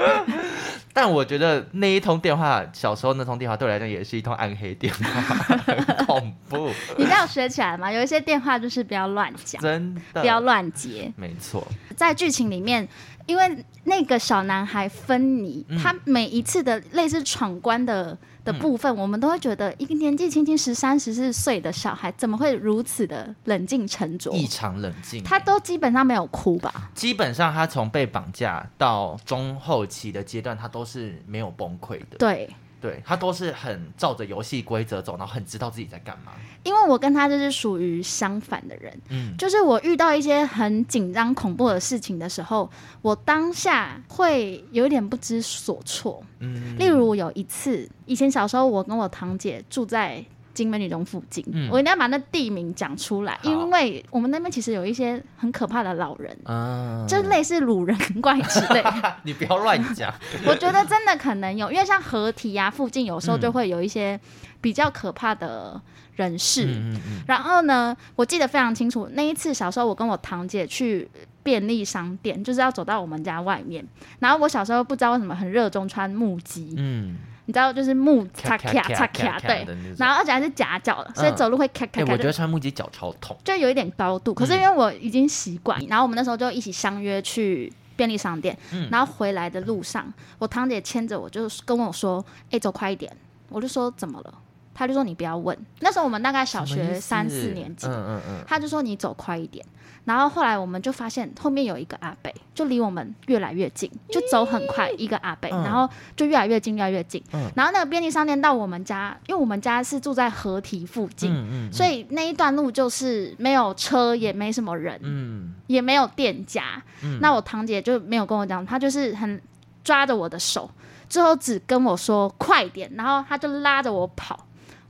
Speaker 2: 但我觉得那一通电话，小时候那通电话对我来讲也是一通暗黑电话，很恐
Speaker 3: <laughs>
Speaker 2: 怖，
Speaker 3: 你这样学起来嘛？有一些电话就是不要乱讲，
Speaker 2: 真的。
Speaker 3: 不要乱接。
Speaker 2: 没错，
Speaker 3: 在剧情里面，因为那个小男孩芬尼，
Speaker 2: 嗯
Speaker 3: 他每一次的类似闯关的的部分，我们都会觉得一个年纪轻轻十三、十四岁的小孩，怎么会如此的冷静沉着？
Speaker 2: 异常冷静。
Speaker 3: 他都基本上没有哭吧？
Speaker 2: 基本上他从被绑架到中后期的阶段，他都是没有崩溃的。
Speaker 3: 对，
Speaker 2: 对他都是很照着游戏规则走，然后很知道自己在干嘛。
Speaker 3: 因为我跟他就是属于相反的人，
Speaker 2: 嗯，
Speaker 3: 就是我遇到一些很紧张、恐怖的事情的时候，我当下会有一点不知所措。
Speaker 2: 嗯
Speaker 3: 例如，我有一次，以前小时候，我跟我堂姐住在金门女中附近，
Speaker 2: 嗯
Speaker 3: 我一定要把那地名讲出来，
Speaker 2: 好
Speaker 3: 因为我们那边其实有一些很可怕的老人，
Speaker 2: 啊
Speaker 3: 就类似鲁人 <laughs> 怪之类的。
Speaker 2: <laughs> 你不要乱讲。
Speaker 3: 我觉得真的可能有，因为像合体啊，附近有时候
Speaker 2: 嗯
Speaker 3: 就会有一些比较可怕的人士。
Speaker 2: 嗯嗯嗯，
Speaker 3: 然后呢，我记得非常清楚，那一次小时候我跟我堂姐去便利商店，就是要走到我们家外面。然后我小时候不知道为什么很热衷穿木屐，
Speaker 2: 嗯，
Speaker 3: 你知道就是木
Speaker 2: 咔
Speaker 3: 擦
Speaker 2: 咔
Speaker 3: 咔
Speaker 2: 咔
Speaker 3: 擦
Speaker 2: 咔
Speaker 3: 咔，
Speaker 2: 咔
Speaker 3: 对
Speaker 2: 的那。种
Speaker 3: 然后而且还是夹脚的，所以
Speaker 2: 嗯
Speaker 3: 走路会咔咔
Speaker 2: 哎，
Speaker 3: 咔
Speaker 2: 我
Speaker 3: 的
Speaker 2: 觉得穿木屐脚超痛。
Speaker 3: 就有一点高度。可是
Speaker 2: 嗯
Speaker 3: 因为我已经习惯，然后我们那时候就一起相约去便利商店，
Speaker 2: 嗯
Speaker 3: 然后回来的路上，我堂姐牵着我，就是跟我说：“哎、走快一点。”我就说：“怎么了？”她就说：“你不要问。”那时候我们大概小
Speaker 2: 什么意
Speaker 3: 学
Speaker 2: 思
Speaker 3: 三四年级，
Speaker 2: 嗯嗯嗯，
Speaker 3: 她就说：“你走快一点。”然后后来我们就发现后面有一个阿伯，就离我们越来越近，就走很快一个阿伯，
Speaker 2: 嗯
Speaker 3: 然后就越来越近，越来越近。
Speaker 2: 嗯
Speaker 3: 然后那个便利商店到我们家，因为我们家是住在河堤附近，
Speaker 2: 嗯嗯，
Speaker 3: 所以那一段路就是没有车，也没什么人，
Speaker 2: 嗯
Speaker 3: 也没有店家。
Speaker 2: 嗯
Speaker 3: 那我堂姐就没有跟我讲，她就是很抓着我的手，最后只跟我说快点，然后她就拉着我跑。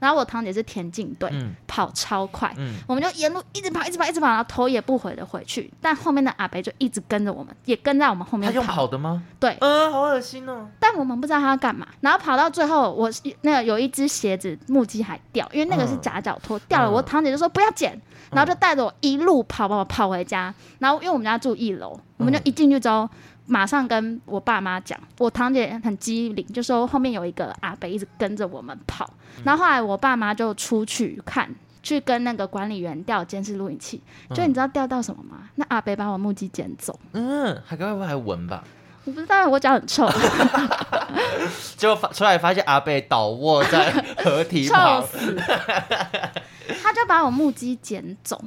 Speaker 3: 然后我堂姐是田径队，
Speaker 2: 嗯
Speaker 3: 跑超快，
Speaker 2: 嗯
Speaker 3: 我们就沿路一直跑，一直跑，一直跑，然后头也不回的回去。但后面的阿北就一直跟着我们，也跟在我们后
Speaker 2: 他
Speaker 3: 面
Speaker 2: 用跑的吗？
Speaker 3: 对
Speaker 2: 嗯，好恶心哦。
Speaker 3: 但我们不知道他要干嘛。然后跑到最后，我是那个有一只鞋子木屐还掉，因为那个是夹脚拖掉了。
Speaker 2: 嗯
Speaker 3: 我堂姐就说不要捡，然后就带着我一路跑跑跑回家。然后因为我们家住一楼，
Speaker 2: 嗯
Speaker 3: 我们就一进去之后。马上跟我爸妈讲，我堂姐很机灵，就说后面有一个阿北一直跟着我们跑，
Speaker 2: 嗯
Speaker 3: 然后后来我爸妈就出去看，去跟那个管理员调监视录影器，就你知道调到什么吗？那阿北把我木屐捡走，
Speaker 2: 嗯，还该不会还闻吧？
Speaker 3: 我不知道我脚很
Speaker 2: <laughs>
Speaker 3: 臭，
Speaker 2: 结果发出来发现阿贝倒卧在河
Speaker 3: <laughs>
Speaker 2: 堤
Speaker 3: 臭
Speaker 2: 旁， <laughs>
Speaker 3: 死！他就把我木屐捡走，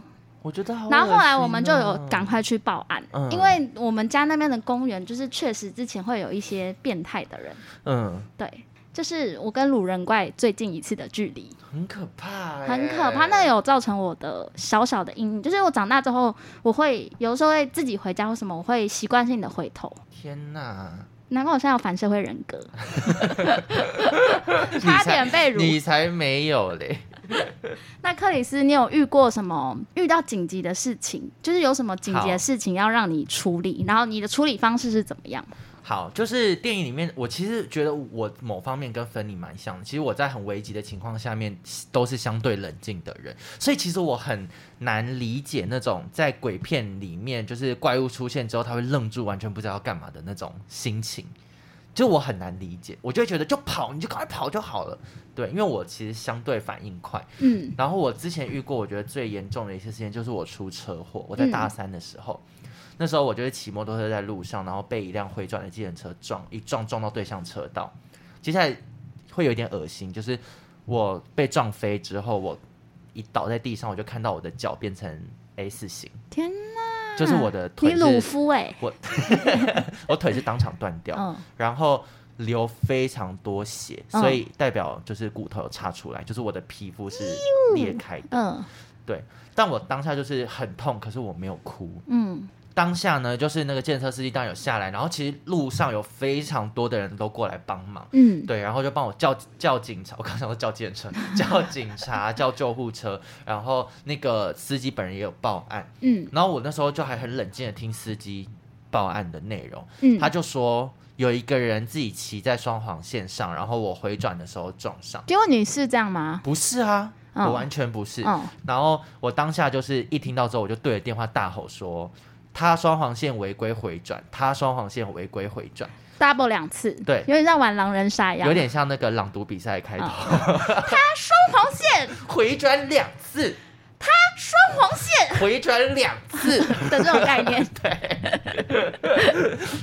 Speaker 2: 我觉得好恶心哦。
Speaker 3: 然后后来我们就有赶快去报案，
Speaker 2: 嗯
Speaker 3: 因为我们家那边的公园就是确实之前会有一些变态的人，
Speaker 2: 嗯，
Speaker 3: 对，就是我跟鲁人怪最近一次的距离，
Speaker 2: 很可怕欸，
Speaker 3: 很可怕，那有造成我的小小的阴影，就是我长大之后，我会有时候会自己回家或什么，我会习惯性的回头。
Speaker 2: 天哪！
Speaker 3: 难怪我现在有反社会人格，
Speaker 2: 你
Speaker 3: 差
Speaker 2: 才
Speaker 3: 点被辱
Speaker 2: 你才没有嘞。
Speaker 3: 那克里斯，你有遇过什么遇到紧急的事情？就是有什么紧急的事情要让你处理，然后你的处理方式是怎么样？
Speaker 2: 好，就是电影里面，我其实觉得我某方面跟芬妮蛮像的。其实我在很危急的情况下面，都是相对冷静的人，所以其实我很难理解那种在鬼片里面，就是怪物出现之后，他会愣住，完全不知道要干嘛的那种心情。就我很难理解，我就会觉得就跑，你就赶快跑就好了。对，因为我其实相对反应快。
Speaker 3: 嗯，
Speaker 2: 然后我之前遇过，我觉得最严重的一次事件就是我出车祸，我在
Speaker 3: 嗯
Speaker 2: 大三的时候，那时候我就是骑摩托车在路上，然后被一辆回转的计程车撞，一撞撞到对向车道，接下来会有一点恶心，就是我被撞飞之后，我一倒在地上，我就看到我的脚变成 S 型，
Speaker 3: 天
Speaker 2: 哪，就是我的
Speaker 3: 你
Speaker 2: 腿
Speaker 3: 鲁
Speaker 2: 是，
Speaker 3: 夫哎、
Speaker 2: 我 <laughs> 我腿是当场断掉，
Speaker 3: 嗯，
Speaker 2: 然后流非常多血，
Speaker 3: 嗯
Speaker 2: 所以代表就是骨头有插出来，就是我的皮肤是裂开的。
Speaker 3: 嗯
Speaker 2: 但我当下就是很痛，可是我没有哭。
Speaker 3: 嗯，
Speaker 2: 当下呢，就是那个建设司机当然有下来，然后其实路上有非常多的人都过来帮忙。
Speaker 3: 嗯，
Speaker 2: 对，然后就帮我叫叫警察，我刚想说叫建车，叫警察，叫救护车，然后那个司机本人也有报案，
Speaker 3: 嗯，
Speaker 2: 然后我那时候就还很冷静的听司机报案的内容，
Speaker 3: 嗯，
Speaker 2: 他就说有一个人自己骑在双黄线上，然后我回转的时候撞上，
Speaker 3: 结果你是这样吗？
Speaker 2: 不是啊，
Speaker 3: 嗯
Speaker 2: 我完全不是，
Speaker 3: 嗯，
Speaker 2: 然后我当下就是一听到之后，我就对着电话大吼说：“他双黄线违规回转，他双黄线违规回转。
Speaker 3: double 两次，
Speaker 2: 对
Speaker 3: 有点像玩狼人杀一”样，
Speaker 2: 有点像那个朗读比赛开头，
Speaker 3: 嗯
Speaker 2: <laughs>
Speaker 3: 双黄线，
Speaker 2: 回转两次，
Speaker 3: 双黄线
Speaker 2: 回转两次。
Speaker 3: 的这种概念，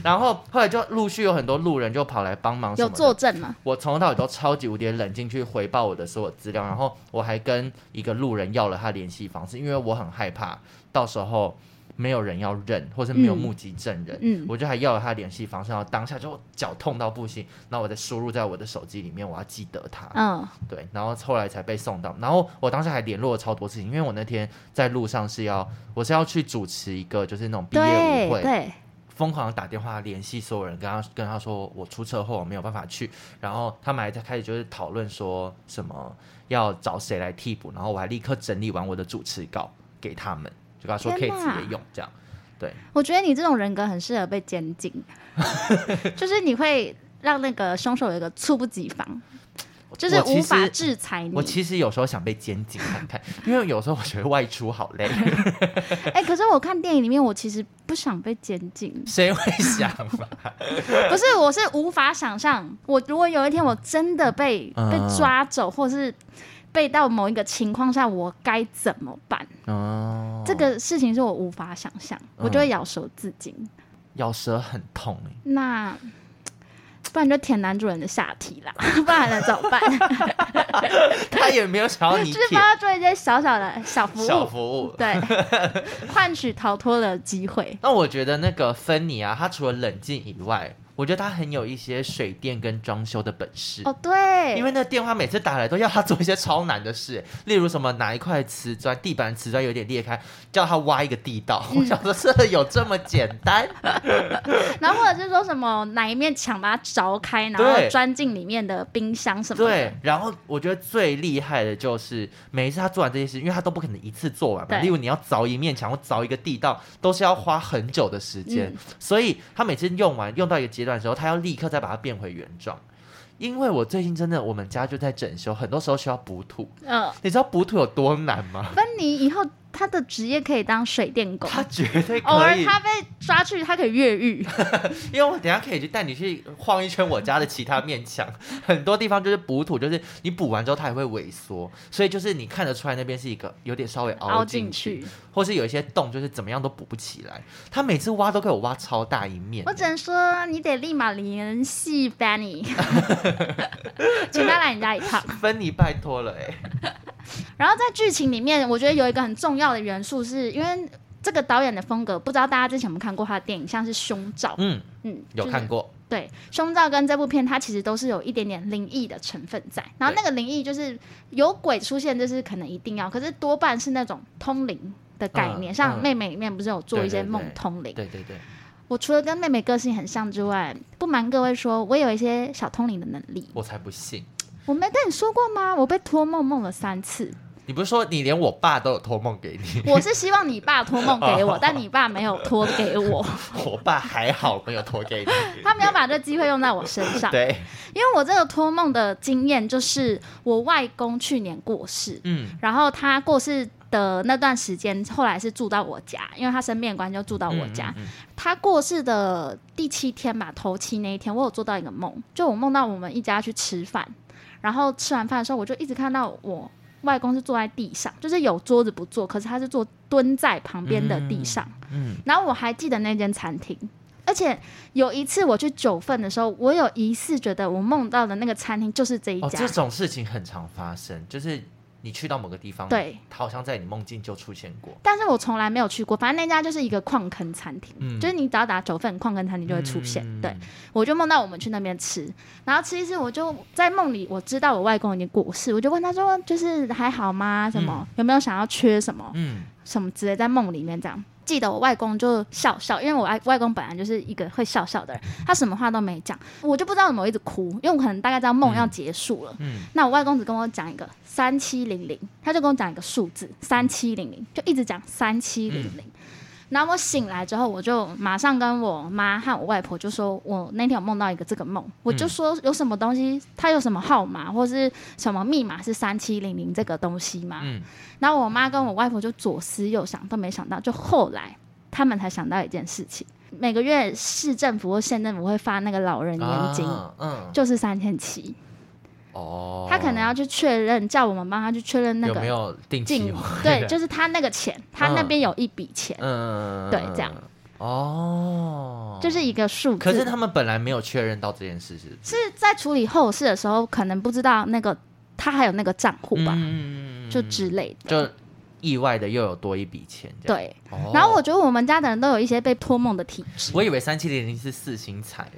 Speaker 2: 然后后来就陆续有很多路人就跑来帮忙什
Speaker 3: 有
Speaker 2: 么的。
Speaker 3: 作证吗？
Speaker 2: 我从头到尾都超级无敌冷静去回报我的所有资料，然后我还跟一个路人要了他联系方式，因为我很害怕到时候没有人要认，或是没有
Speaker 3: 嗯
Speaker 2: 目击证人，
Speaker 3: 嗯
Speaker 2: 我就还要了他的联系方式，然后当下就脚痛到不行，然后我再输入在我的手机里面，我要记得他，
Speaker 3: 嗯
Speaker 2: 对，然后后来才被送到，然后我当时还联络了超多事情，因为我那天在路上是要我是要去主持一个就是那 <laughs> 种毕业舞
Speaker 3: 对
Speaker 2: 会，
Speaker 3: 对，
Speaker 2: 疯狂地打电话联系所有人，跟他跟他说我出车祸，我没有办法去。然后他们还在开始就是讨论说什么要找谁来替补，然后我还立刻整理完我的主持稿给他们，就跟他说可以
Speaker 3: 天
Speaker 2: 直
Speaker 3: 哪
Speaker 2: 接用这样。
Speaker 3: 我觉得你这种人格很适合被监
Speaker 2: <laughs>
Speaker 3: 禁，就是你会让那个凶手有一个猝不及防，就是
Speaker 2: 我其
Speaker 3: 无法
Speaker 2: 实
Speaker 3: 制裁你
Speaker 2: 我。其实有时候想被监禁看看，因为有时候我觉得外出好 <laughs> 累，
Speaker 3: 哎、可是我看电影里面，我其实不想被监禁，
Speaker 2: 谁会想嘛？
Speaker 3: <laughs> 不是，我是无法想象，我如果有一天我真的被
Speaker 2: 嗯
Speaker 3: 被抓走，或是被到某一个情况下，我该怎么办？
Speaker 2: 哦，嗯
Speaker 3: 这个事情是我无法想象，我就会咬手自尽。
Speaker 2: 咬舌很痛哎、
Speaker 3: 那不然就舔男主人的下体
Speaker 2: <laughs>
Speaker 3: 啦，不然呢怎么办？
Speaker 2: 他也没有想要你
Speaker 3: 就是
Speaker 2: 舔
Speaker 3: 帮他做一些小小的小服
Speaker 2: 小
Speaker 3: 务，
Speaker 2: 服务。 <laughs>
Speaker 3: 对，换取逃脱的机会。
Speaker 2: 那我觉得那个芬妮啊，她除了冷静以外，我觉得她很有一些水电跟装修的本事。
Speaker 3: 哦，对，
Speaker 2: 因为那个电话每次打来都要她做一些超难的事， <laughs> 例如什么哪一块瓷砖、地板瓷砖有点裂开，叫她挖一个地道。 <laughs> 我想说，这有这么简单？
Speaker 3: 然后或者是说什么哪一面墙把它凿开，然后
Speaker 2: 对
Speaker 3: 钻进里面的冰箱什么的。
Speaker 2: 对。然后我觉得最厉害的就是每一次她做完这些事，因为她都不可能一次做完嘛。
Speaker 3: 对
Speaker 2: 例如你要凿一面墙或凿一个地道，都是要花很久的时
Speaker 3: 嗯
Speaker 2: 间，所以她每次用完用到一个阶段的时候，她要立刻再把它变回原状。因为我最近真的，我们家就在整修，很多时候需要补土。
Speaker 3: 嗯、
Speaker 2: 你知道补土有多难吗？
Speaker 3: 芬妮以后她的职业可以当水电工，
Speaker 2: 他绝对
Speaker 3: 偶
Speaker 2: 可
Speaker 3: 尔
Speaker 2: 以，
Speaker 3: 她被抓去，她可以越狱。
Speaker 2: 因为我等一下可以去带你去晃一圈我家的其他面墙， <laughs> 很多地方就是补土，就是你补完之后它也会萎缩，所以就是你看得出来那边是一个有点稍微凹
Speaker 3: 凹
Speaker 2: 进
Speaker 3: 进
Speaker 2: 去，
Speaker 3: 去
Speaker 2: 或是有一些洞，就是怎么样都补不起来。他每次挖都给我挖超大一面
Speaker 3: 我，只能说，你得立马联系 Fanny，请他来你家一趟。
Speaker 2: 芬妮拜托了哎、
Speaker 3: 然后在剧情里面，我觉得有一个很重要的元素是，因为这个导演的风格，不知道大家之前有没有看过他的电影，像是《胸罩》，
Speaker 2: 嗯，
Speaker 3: 嗯，
Speaker 2: 有
Speaker 3: 就是
Speaker 2: 看过，
Speaker 3: 对，《胸罩》跟这部片，它其实都是有一点点灵异的成分在。然后那个灵异就是有鬼出现，就是可能一定要，可是多半是那种通灵的概念。
Speaker 2: 嗯
Speaker 3: 像
Speaker 2: 嗯
Speaker 3: 妹妹里面不是有做一些
Speaker 2: 对对对
Speaker 3: 梦通灵？
Speaker 2: 对对对，
Speaker 3: 我除了跟妹妹个性很像之外，不瞒各位说，我有一些小通灵的能力。
Speaker 2: 我才不信。
Speaker 3: 我没跟你说过吗？我被托梦梦了三次。
Speaker 2: 你不是说你连我爸都有托梦给你？ <laughs>
Speaker 3: 我是希望你爸托梦给我，但你爸没有托给我，
Speaker 2: 我爸还好没有托给
Speaker 3: <laughs>
Speaker 2: 你。
Speaker 3: 他没有把这机会用在我身上。
Speaker 2: 对，
Speaker 3: 因为我这个托梦的经验，就是我外公去年过世，
Speaker 2: 嗯
Speaker 3: 然后他过世的那段时间，后来是住到我家，因为他生病的关系就住到我家。
Speaker 2: 嗯嗯嗯
Speaker 3: 他过世的第七天吧，头七那一天，我有做到一个梦，就我梦到我们一家去吃饭，然后吃完饭的时候，我就一直看到我外公是坐在地上，就是有桌子不坐，可是他是坐蹲在旁边的地上。
Speaker 2: 嗯
Speaker 3: 然后我还记得那间餐厅，而且有一次我去九份的时候，我有疑似觉得我梦到的那个餐厅就是这一
Speaker 2: 哦，
Speaker 3: 家，
Speaker 2: 这种事情很常发生，就是你去到某个地方，
Speaker 3: 对，
Speaker 2: 它好像在你梦境就出现过，
Speaker 3: 但是我从来没有去过。反正那家就是一个矿坑餐厅，
Speaker 2: 嗯
Speaker 3: 就是你只要打九份矿坑餐厅就会出现。
Speaker 2: 嗯
Speaker 3: 对，我就梦到我们去那边吃，然后吃一次，我就在梦里我知道我外公已经过世，我就问他说，就是还好吗？什么、有没有想要缺什么
Speaker 2: 嗯，
Speaker 3: 什么之类，在梦里面这样。记得我外公就笑笑，因为我外外公本来就是一个会笑笑的人，他什么话都没讲，我就不知道怎么我一直哭，因为我可能大概知道梦要结束了。
Speaker 2: 嗯
Speaker 3: 那我外公只跟我讲一个三七零零，他就跟我讲一个数字三七零零，就一直讲三七零
Speaker 2: 嗯
Speaker 3: 零。然后我醒来之后，我就马上跟我妈和我外婆就说，我那天有梦到一个这个梦，我
Speaker 2: 嗯
Speaker 3: 就说有什么东西，它有什么号码或是什么密码是三七零零这个东西吗？
Speaker 2: 嗯
Speaker 3: 然后我妈跟我外婆就左思右想，都没想到，就后来他们才想到一件事情：每个月市政府或县政府会发那个老人年金，
Speaker 2: 啊嗯，
Speaker 3: 就是三千七，
Speaker 2: 哦，
Speaker 3: 他可能要去确认，叫我们帮他去确认那
Speaker 2: 有
Speaker 3: 个
Speaker 2: 没有定期
Speaker 3: 进
Speaker 2: 还，
Speaker 3: 对，就是他那个钱，他那边有一笔钱，
Speaker 2: 嗯，
Speaker 3: 对这样
Speaker 2: 哦，
Speaker 3: 就是一个数字。
Speaker 2: 可是他们本来没有确认到这件事，是不是
Speaker 3: 是在处理后事的时候，可能不知道那个他还有那个账户吧，
Speaker 2: 嗯，
Speaker 3: 就之类的。
Speaker 2: 就意外的又有多一笔钱。这样，
Speaker 3: 对，
Speaker 2: 哦
Speaker 3: 然后我觉得我们家的人都有一些被托梦的体质，
Speaker 2: 我以为三七零零是四星
Speaker 3: <laughs>
Speaker 2: 彩，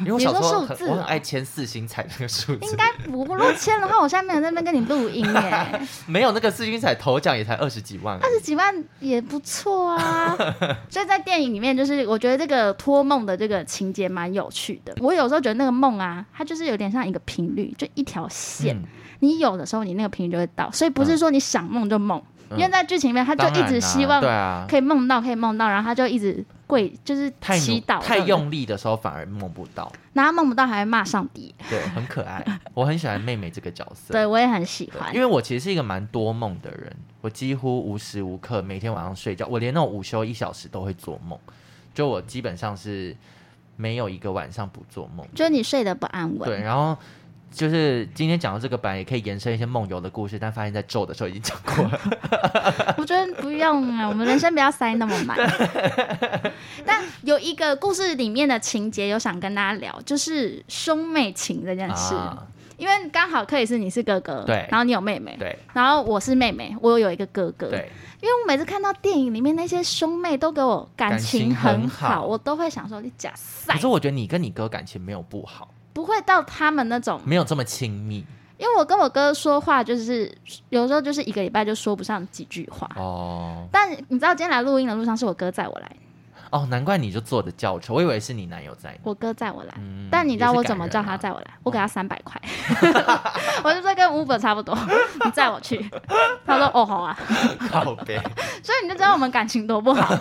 Speaker 2: 因为我
Speaker 3: 你
Speaker 2: 小时
Speaker 3: 说
Speaker 2: 候
Speaker 3: 数
Speaker 2: 很
Speaker 3: 字
Speaker 2: 我很
Speaker 3: 哦
Speaker 2: 爱签四星彩那个数字，
Speaker 3: 应该不如果签的话，我现在没有在那边跟你录音耶，
Speaker 2: 没有那个四星彩头奖也才二十几万而已，
Speaker 3: 二十几万也不
Speaker 2: <laughs>
Speaker 3: 错啊。所以在电影里面，就是我觉得这个托梦的这个情节蛮有趣的。我有时候觉得那个梦啊，它就是有点像一个频率，就一条线，
Speaker 2: 嗯
Speaker 3: 你有的时候你那个频率就会到，所以不是说你想梦就梦，因为在剧情里面他就一
Speaker 2: 嗯当然
Speaker 3: 直
Speaker 2: 啦
Speaker 3: 希望
Speaker 2: 对啊，
Speaker 3: 可以梦到，可以梦到，然后他就一直跪，就是
Speaker 2: 太努
Speaker 3: 祈祷，
Speaker 2: 太
Speaker 3: 对不对，
Speaker 2: 用力的时候反而梦不到，
Speaker 3: 然后他梦不到还会骂上帝。
Speaker 2: 对，
Speaker 3: <laughs>
Speaker 2: 很可爱。我很喜欢妹妹这个角色，
Speaker 3: 对，我也很喜
Speaker 2: 对
Speaker 3: 欢
Speaker 2: 因。为我其实是一个蛮多梦的人，我几乎无时无刻每天晚上睡觉，我连那种午休一小时都会做梦，就我基本上是没有一个晚上不做梦的。
Speaker 3: 就是你睡得不安
Speaker 2: <laughs>
Speaker 3: 稳，
Speaker 2: 对，然后就是今天讲到这个，本来也可以延伸一些梦游的故事，但发现在咒的时候已经讲过
Speaker 3: <laughs>
Speaker 2: 了。
Speaker 3: 我觉得不用啊，我们人生不要塞那么满。 <laughs> 但有一个故事里面的情节，有想跟大家聊，就是兄妹情这件事。
Speaker 2: 啊、
Speaker 3: 因为刚好克里斯你是哥哥，
Speaker 2: 对
Speaker 3: 然后你有妹妹，
Speaker 2: 对
Speaker 3: 然后我是妹妹，我有一个哥哥。
Speaker 2: 对，
Speaker 3: 因为我每次看到电影里面那些兄妹都给我感情
Speaker 2: 感情很
Speaker 3: 很好，
Speaker 2: 好
Speaker 3: 我都会想说你假赛
Speaker 2: 可是，我觉得你跟你哥感情没有不好，
Speaker 3: 不会到他们那种。
Speaker 2: 没有这么亲密
Speaker 3: 因为我跟我哥说话，就是有时候就是一个礼拜就说不上几句话。
Speaker 2: 哦
Speaker 3: 但你知道，今天来录音的路上是我哥载我来，
Speaker 2: 哦，难怪你就坐着轿车，我以为是你男友在。
Speaker 3: 我哥载我来。
Speaker 2: 嗯
Speaker 3: 但你知道我怎么叫他
Speaker 2: 在？
Speaker 3: 载我来？我
Speaker 2: 哦
Speaker 3: 给他三百块， <laughs> 我就说跟 Uber 差不多，你载
Speaker 2: <laughs>
Speaker 3: 我去。他说哦好啊，
Speaker 2: 靠背，
Speaker 3: 所以你就知道我们感情多
Speaker 2: <laughs>
Speaker 3: 不好。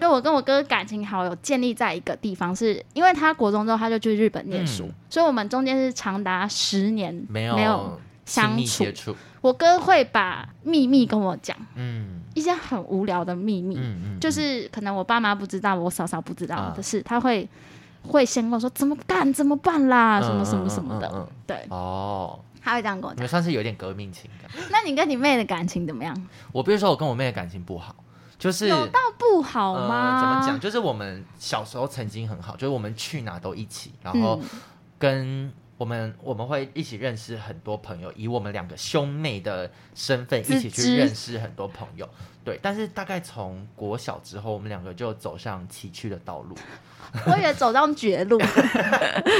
Speaker 3: 就我跟我哥感情好，有建立在一个地方，是因为他国中之后他就去日本 <laughs> 念书，
Speaker 2: 嗯
Speaker 3: 所以我们中间是长达十年
Speaker 2: 没有
Speaker 3: 没有。
Speaker 2: 亲密
Speaker 3: 相
Speaker 2: 接
Speaker 3: 处
Speaker 2: 触，
Speaker 3: 我哥会把秘密跟我讲，
Speaker 2: 嗯
Speaker 3: 一些很无聊的秘密，
Speaker 2: 嗯嗯，
Speaker 3: 就是可能我爸妈不知道，我嫂嫂不知道
Speaker 2: 啊
Speaker 3: 的事，他会会先跟我说怎么干怎么办啦，
Speaker 2: 嗯
Speaker 3: 啊什么什么什么
Speaker 2: 嗯嗯
Speaker 3: 的，
Speaker 2: 嗯嗯
Speaker 3: 对，
Speaker 2: 哦，
Speaker 3: 他会这样跟我
Speaker 2: 你
Speaker 3: 讲。
Speaker 2: 们算是有点革命情感。
Speaker 3: 那你跟你妹的感情怎么样？
Speaker 2: 我比如说，我跟我妹的感情不好，就是
Speaker 3: 有到不好
Speaker 2: 呃、
Speaker 3: 吗？
Speaker 2: 怎么讲？？就是我们小时候曾经很好，就是我们去哪都一起，然
Speaker 3: 嗯
Speaker 2: 后跟我们、我们会一起认识很多朋友，以我们两个兄妹的身份
Speaker 3: 自
Speaker 2: 一起去
Speaker 3: 知
Speaker 2: 认识很多朋友。对，但是大概从国小之后，我们两个就走上崎岖的道路，
Speaker 3: <laughs> 我以为走上绝路，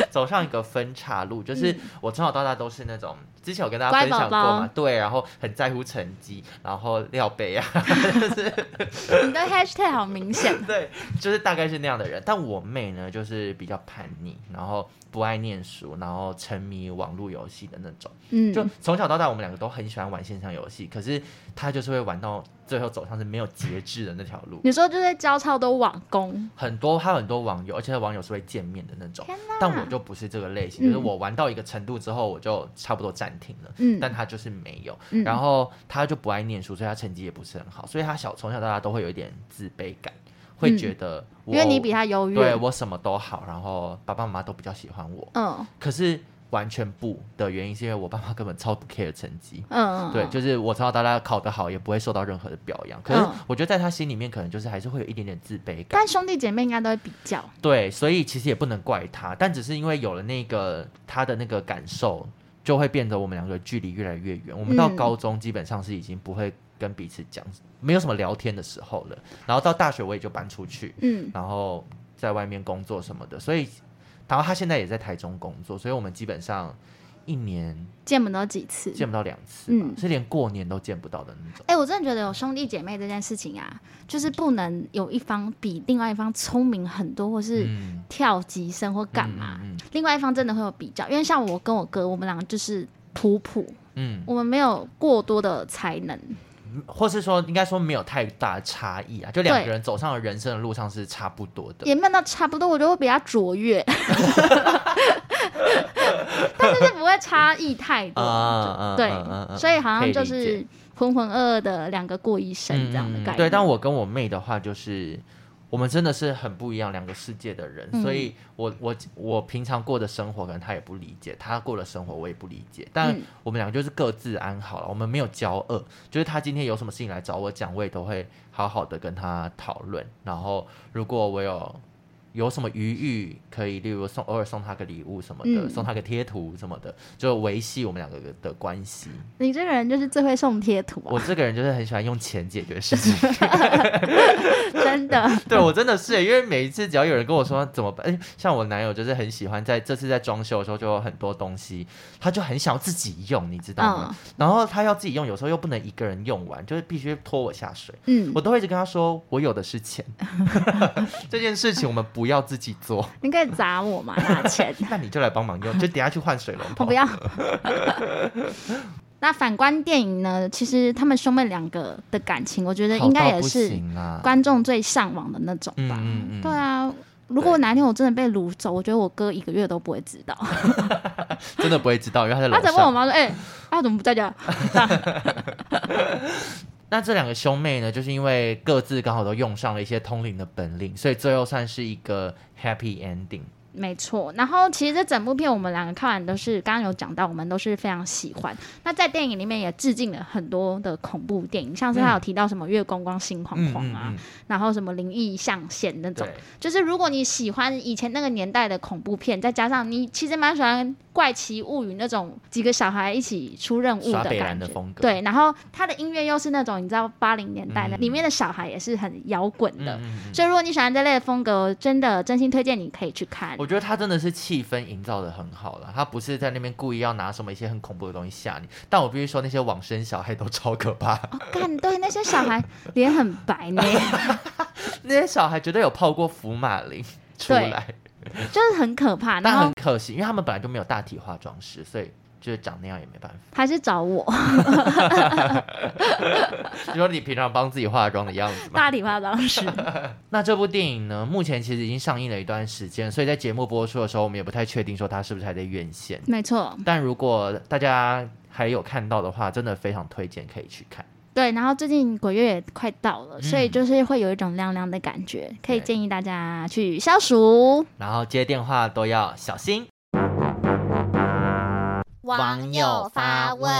Speaker 2: 走上一个分岔
Speaker 3: 嗯
Speaker 2: 路。就是我从小到大都是那种，之前有跟大家
Speaker 3: 乖
Speaker 2: 分享过
Speaker 3: 宝宝
Speaker 2: 嘛，对，然后很在乎成绩，然后廖北啊， <laughs>
Speaker 3: 你的 hashtag 好明显。 <laughs>
Speaker 2: 对，就是大概是那样的人。但我妹呢，就是比较叛逆，然后不爱念书，然后沉迷网络游戏的那种。
Speaker 3: 嗯，
Speaker 2: 就从小到大，我们两个都很喜欢玩线上游戏，可是她就是会玩到最后走上是没有节制的那条路。
Speaker 3: 你说就是交叉都网工，
Speaker 2: 很多她有很多网友，而且网友是会见面的那种
Speaker 3: 天。
Speaker 2: 但我就不是这个类型，就是我玩到一个程度之后，我就差不多暂停了。
Speaker 3: 嗯
Speaker 2: 但她就是没有，
Speaker 3: 嗯
Speaker 2: 然后她就不爱念书，所以她成绩也不是很好，所以她小从小到大都会有一点自卑感，会
Speaker 3: 嗯
Speaker 2: 觉得我
Speaker 3: 因为你比他优
Speaker 2: 对
Speaker 3: 越。
Speaker 2: 我什么都好，然后爸爸妈妈都比较喜欢我。
Speaker 3: 嗯
Speaker 2: 可是完全不的原因是因为我爸妈根本超不 care 成绩，
Speaker 3: 嗯，
Speaker 2: 对，
Speaker 3: 嗯
Speaker 2: 就是我从小到大考得好也不会受到任何的表扬。可是
Speaker 3: 嗯
Speaker 2: 我觉得在他心里面可能就是还是会有一点点自卑感，
Speaker 3: 但兄弟姐妹应该都会比较。
Speaker 2: 对，所以其实也不能怪他，但只是因为有了那个他的那个感受，就会变得我们两个距离越来越远。我们到
Speaker 3: 嗯
Speaker 2: 高中基本上是已经不会跟彼此讲，没有什么聊天的时候了。然后到大学我也就搬出去，
Speaker 3: 嗯，
Speaker 2: 然后在外面工作什么的，所以，然后他现在也在台中工作，所以我们基本上一年
Speaker 3: 见不到几次。
Speaker 2: 见不到两次吧，
Speaker 3: 嗯
Speaker 2: 是连过年都见不到的那种。
Speaker 3: 哎、我真的觉得有兄弟姐妹这件事情啊，就是不能有一方比另外一方聪明很多，或是
Speaker 2: 嗯，
Speaker 3: 跳级生或干嘛。
Speaker 2: 嗯嗯
Speaker 3: 另外一方真的会有比较，因为像我跟我哥，我们两个就是普普，
Speaker 2: 嗯，
Speaker 3: 我们没有过多的才能。
Speaker 2: 嗯或是说应该说没有太大的差异啊，就两
Speaker 3: 对
Speaker 2: 个人走上了人生的路上是差不多的。
Speaker 3: 也没有到差不多，我觉得我比较卓越， <laughs> 但就是不会差异太多，
Speaker 2: 啊
Speaker 3: 就对
Speaker 2: 啊啊啊啊，
Speaker 3: 所以好像就
Speaker 2: 可以理
Speaker 3: 是浑浑噩噩的两个过一生这样的
Speaker 2: 嗯嗯嗯
Speaker 3: 概念。
Speaker 2: 对，但我跟我妹的话就是。我们真的是很不一样，两个世界的人，
Speaker 3: 嗯
Speaker 2: 所以我我我平常过的生活，可能她也不理解，她过的生活我也不理解，但
Speaker 3: 嗯
Speaker 2: 我们两个就是各自安好了，我们没有交恶，就是她今天有什么事情来找我讲，我也都会好好的跟她讨论，然后如果我有有什么余裕可以，例如送偶尔送他个礼物什么的，
Speaker 3: 嗯
Speaker 2: 送他个贴图什么的，就维系我们两个的关系。
Speaker 3: 你这个人就是最会送贴图啊，
Speaker 2: 我这个人就是很喜欢用钱解决事情，
Speaker 3: 真的。 <laughs>
Speaker 2: 对我真的是，因为每一次只要有人跟我说怎么办，哎像我男友就是很喜欢在这次在装修的时候就有很多东西，他就很想要自己用，你知道吗？
Speaker 3: 嗯
Speaker 2: 然后他要自己用，有时候又不能一个人用完，就是必须拖我下水。
Speaker 3: 嗯，
Speaker 2: 我都会一直跟他说，我有的是
Speaker 3: <laughs>
Speaker 2: 钱， <laughs> 这件事情我们不要自己做，
Speaker 3: 你可以砸我嘛，拿
Speaker 2: <laughs>
Speaker 3: 钱。
Speaker 2: 那你就来帮忙用，就等下去换水龙
Speaker 3: 我
Speaker 2: 头
Speaker 3: 不。要。那反观电影呢？其实他们兄妹两个的感情，我觉得应该也
Speaker 2: 好到不
Speaker 3: 是
Speaker 2: 行啦，
Speaker 3: 观众最向往的那种
Speaker 2: 嗯
Speaker 3: 吧。
Speaker 2: 嗯嗯，
Speaker 3: 对，啊，如果哪天我真的被掳走，我觉得我哥一个月都不会知道。
Speaker 2: 真的不会知道，因为他在
Speaker 3: 他
Speaker 2: 楼
Speaker 3: 只问我
Speaker 2: 上。
Speaker 3: 妈说：“哎、他怎么不在家
Speaker 2: 那这两个兄妹呢，就是因为各自刚好都用上了一些通灵的本领，所以最后算是一个 happy ending。？”
Speaker 3: 没错。然后其实这整部片我们两个看完都是，刚刚有讲到，我们都是非常喜欢。那在电影里面也致敬了很多的恐怖电影，像是他有提到什么月光光、心慌
Speaker 2: 嗯
Speaker 3: 慌
Speaker 2: 嗯
Speaker 3: 啊，
Speaker 2: 嗯，
Speaker 3: 然后什么灵异象限那种。
Speaker 2: 对，
Speaker 3: 就是如果你喜欢以前那个年代的恐怖片，再加上你其实蛮喜欢《怪奇物语》那种几个小孩一起出任务
Speaker 2: 耍
Speaker 3: 的
Speaker 2: 北兰
Speaker 3: 感
Speaker 2: 的
Speaker 3: 觉。
Speaker 2: 风格，
Speaker 3: 对，然后他的音乐又是那种你知道八零年代的，
Speaker 2: 嗯
Speaker 3: 里面的小孩也是很摇滚
Speaker 2: 嗯，
Speaker 3: 的，
Speaker 2: 嗯嗯
Speaker 3: 所以如果你喜欢这类的风格，真的真心推荐你可以去
Speaker 2: <laughs>
Speaker 3: 看。
Speaker 2: 我觉得他真的是气氛营造的很好了，他不是在那边故意要拿什么一些很恐怖的东西吓你。但我必须说，那些往生小孩都超可
Speaker 3: <laughs>
Speaker 2: 怕，
Speaker 3: 干对那些小孩脸很白
Speaker 2: <laughs>
Speaker 3: 呢，
Speaker 2: 那些小孩绝对有泡过福马林出 <laughs> 来，
Speaker 3: 就是很可怕。然
Speaker 2: 但
Speaker 3: 后
Speaker 2: 很可惜，因为他们本来就没有大体化妆师，所以就是长那样也没办
Speaker 3: <laughs>
Speaker 2: 法。
Speaker 3: 还是找我
Speaker 2: 就说你平常帮自己化妆的样子嘛。
Speaker 3: 大理化妆师。
Speaker 2: 那这部电影呢，目前其实已经上映了一段时间，所以在节目播出的时候，我们也不太确定说它是不是还在院线。
Speaker 3: 没错，
Speaker 2: 但如果大家还有看到的话，真的非常推荐可以去看。
Speaker 3: 对。然后最近鬼月也快到了，所以就是会有一种凉凉的感觉，可以
Speaker 2: 对
Speaker 3: 建议大家去消暑。
Speaker 2: 然后接电话都要小心。
Speaker 4: 网友发问。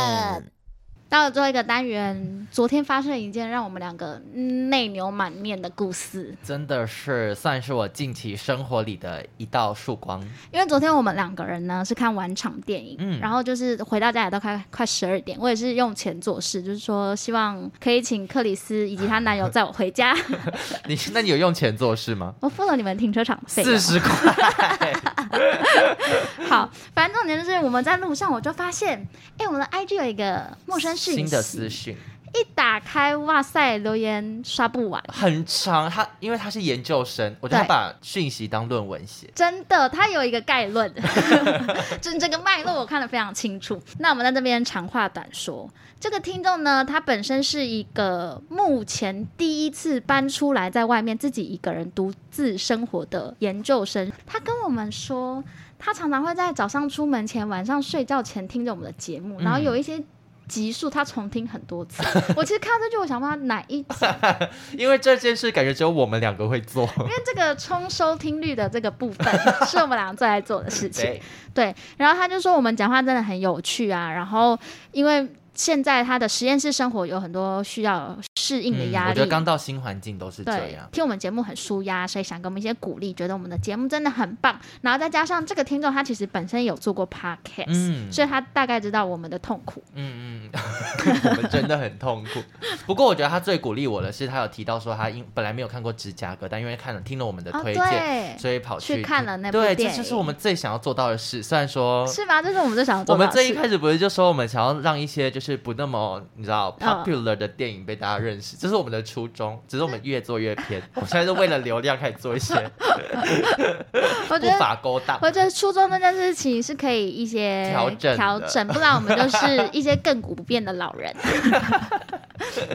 Speaker 3: 到了最后一个单元，昨天发生了一件让我们两个嗯内牛满面的故事。
Speaker 2: 真的是算是我近期生活里的一道曙光。
Speaker 3: 因为昨天我们两个人呢是看完场电影，
Speaker 2: 嗯
Speaker 3: 然后就是回到家也都快快十二点，我也是用钱做事，就是说希望可以请克里斯以及她男友载我回家， <laughs>
Speaker 2: 你那你有用钱做事吗？
Speaker 3: 我付了你们停车场费用
Speaker 2: 四。十块，
Speaker 3: 好，反正重点就是我们在路上我就发现，哎，我们的 IG 有一个 <laughs> 陌生讯息，
Speaker 2: 新的私讯
Speaker 3: 一打开，哇塞，留言刷不完。
Speaker 2: 很长，他因为他是研究生，我觉得他
Speaker 3: 对
Speaker 2: 把讯息当论文写。
Speaker 3: 真的，它有一个概论， <laughs> 就是这个脉络我看得非常清楚。那我们在这边长话短说，这个听众呢，他本身是一个目前第一次搬出来在外面自己一个人独自生活的研究生，他跟我们说。他常常会在早上出门前、晚上睡觉前听着我们的节目，
Speaker 2: 嗯
Speaker 3: 然后有一些集数他重听很多次。我其实看到这句，我想问他哪一集
Speaker 2: 因为这件事感觉只有我们两个会做。
Speaker 3: 因为这个冲收听率的这个部分
Speaker 2: <laughs>
Speaker 3: 是我们俩最爱做的事情。
Speaker 2: 对，
Speaker 3: 对，然后他就说我们讲话真的很有趣啊，然后因为现在他的实验室生活有很多需要适应的
Speaker 2: 嗯
Speaker 3: 压
Speaker 2: 我
Speaker 3: 力。
Speaker 2: 觉得刚到新环境都是这
Speaker 3: 对
Speaker 2: 样，。
Speaker 3: 听我们节目很舒压，所以想给我们一些鼓励，觉得我们的节目真的很棒。然后再加上这个听众，他其实本身有做过 podcast，、
Speaker 2: 嗯
Speaker 3: 所以他大概知道我们的痛苦。
Speaker 2: 嗯嗯， <laughs> 我们真的很痛苦。不过我觉得他最鼓励我的是，他有提到说他因本来没有看过芝加哥，但因为看了听了我们的
Speaker 3: 哦，
Speaker 2: 推荐，
Speaker 3: 对，
Speaker 2: 所以跑
Speaker 3: 去看了那部
Speaker 2: 对，
Speaker 3: 电
Speaker 2: 这
Speaker 3: 影
Speaker 2: 就是我们最想要做到的事。虽然说
Speaker 3: 是吗？这是我们最想要
Speaker 2: 我
Speaker 3: 做的
Speaker 2: 们
Speaker 3: 事。
Speaker 2: 最一开始不是就说我们想要让一些就是不那么你知道
Speaker 3: 嗯
Speaker 2: popular 的电影被大家认识，这是我们的初衷。只是我们越做越偏，我现在是为了流量开始做一些
Speaker 3: 我觉
Speaker 2: 不
Speaker 3: 得
Speaker 2: 法勾当。
Speaker 3: 我觉得初中这件事情是可以一些
Speaker 2: 调整的
Speaker 3: 调整，不然我们就是一些亘古不变的老
Speaker 2: <laughs>
Speaker 3: 人。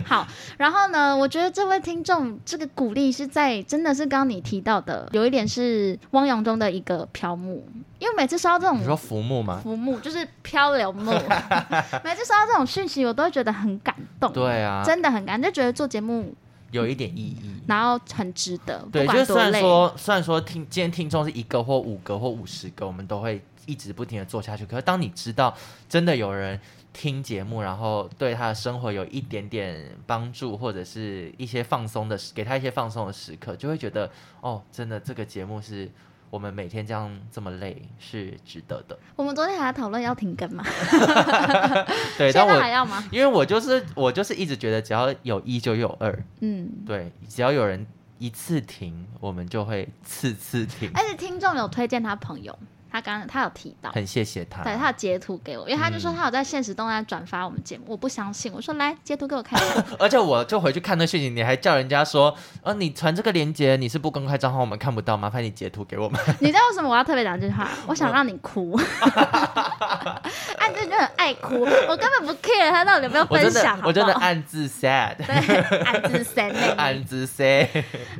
Speaker 3: 好，然后呢，我觉得这位听众这个鼓励是在真的是刚刚你提到的，有一点是汪洋中的一个漂木，因为每次收到这
Speaker 2: 你说
Speaker 3: 种。
Speaker 2: 浮木吗？
Speaker 3: 浮木就是漂
Speaker 2: <laughs>
Speaker 3: 流木，每次收到这种讯息，我都会觉得很感动，
Speaker 2: 对啊，
Speaker 3: 哦真的很感动，就觉得做节目，
Speaker 2: 有一点意义。
Speaker 3: 然后很值得，不
Speaker 2: 对，就
Speaker 3: 管
Speaker 2: 是虽
Speaker 3: 多
Speaker 2: 然
Speaker 3: 累。
Speaker 2: 说虽然说听今天听众是一个或五个或五十个，我们都会一直不停的做下去。可是当你知道真的有人听节目，然后对他的生活有一点点帮助，或者是一些放松的时，给他一些放松的时刻，就会觉得哦，真的这个节目是我们每天这样这么累是值得的。
Speaker 3: 我们昨天还讨论要停更嘛，
Speaker 2: 对，但
Speaker 3: 现在还
Speaker 2: 我
Speaker 3: 要吗？
Speaker 2: 因为我就是我就是一直觉得，只要有一就有二，
Speaker 3: 嗯，
Speaker 2: 对，只要有人一次停，我们就会次次停。
Speaker 3: 而且听众有推荐他朋友，他刚刚他有提到，
Speaker 2: 很谢谢他，
Speaker 3: 对他有截图给我，因为他就说
Speaker 2: 嗯
Speaker 3: 他有在现实动态转发我们节目，我不相信，我说来截图给我
Speaker 2: <laughs>
Speaker 3: 看一下，
Speaker 2: 而且我就回去看那讯息，你还叫人家说，呃，你传这个链接你是不公开账号，我们看不到，麻烦你截图给
Speaker 3: <laughs>
Speaker 2: 我们。
Speaker 3: 你知道为什么我要特别讲这句话？我想让你
Speaker 2: <laughs>
Speaker 3: 哭，哎，这就很爱哭，我根本不 care 他到底有没有
Speaker 2: 我
Speaker 3: 分
Speaker 2: 真
Speaker 3: 享
Speaker 2: 的，
Speaker 3: 好
Speaker 2: 我
Speaker 3: 不
Speaker 2: 真的
Speaker 3: 好？
Speaker 2: 暗自
Speaker 3: <laughs>
Speaker 2: sad，
Speaker 3: 对，暗自三泪。
Speaker 2: 暗自 sad。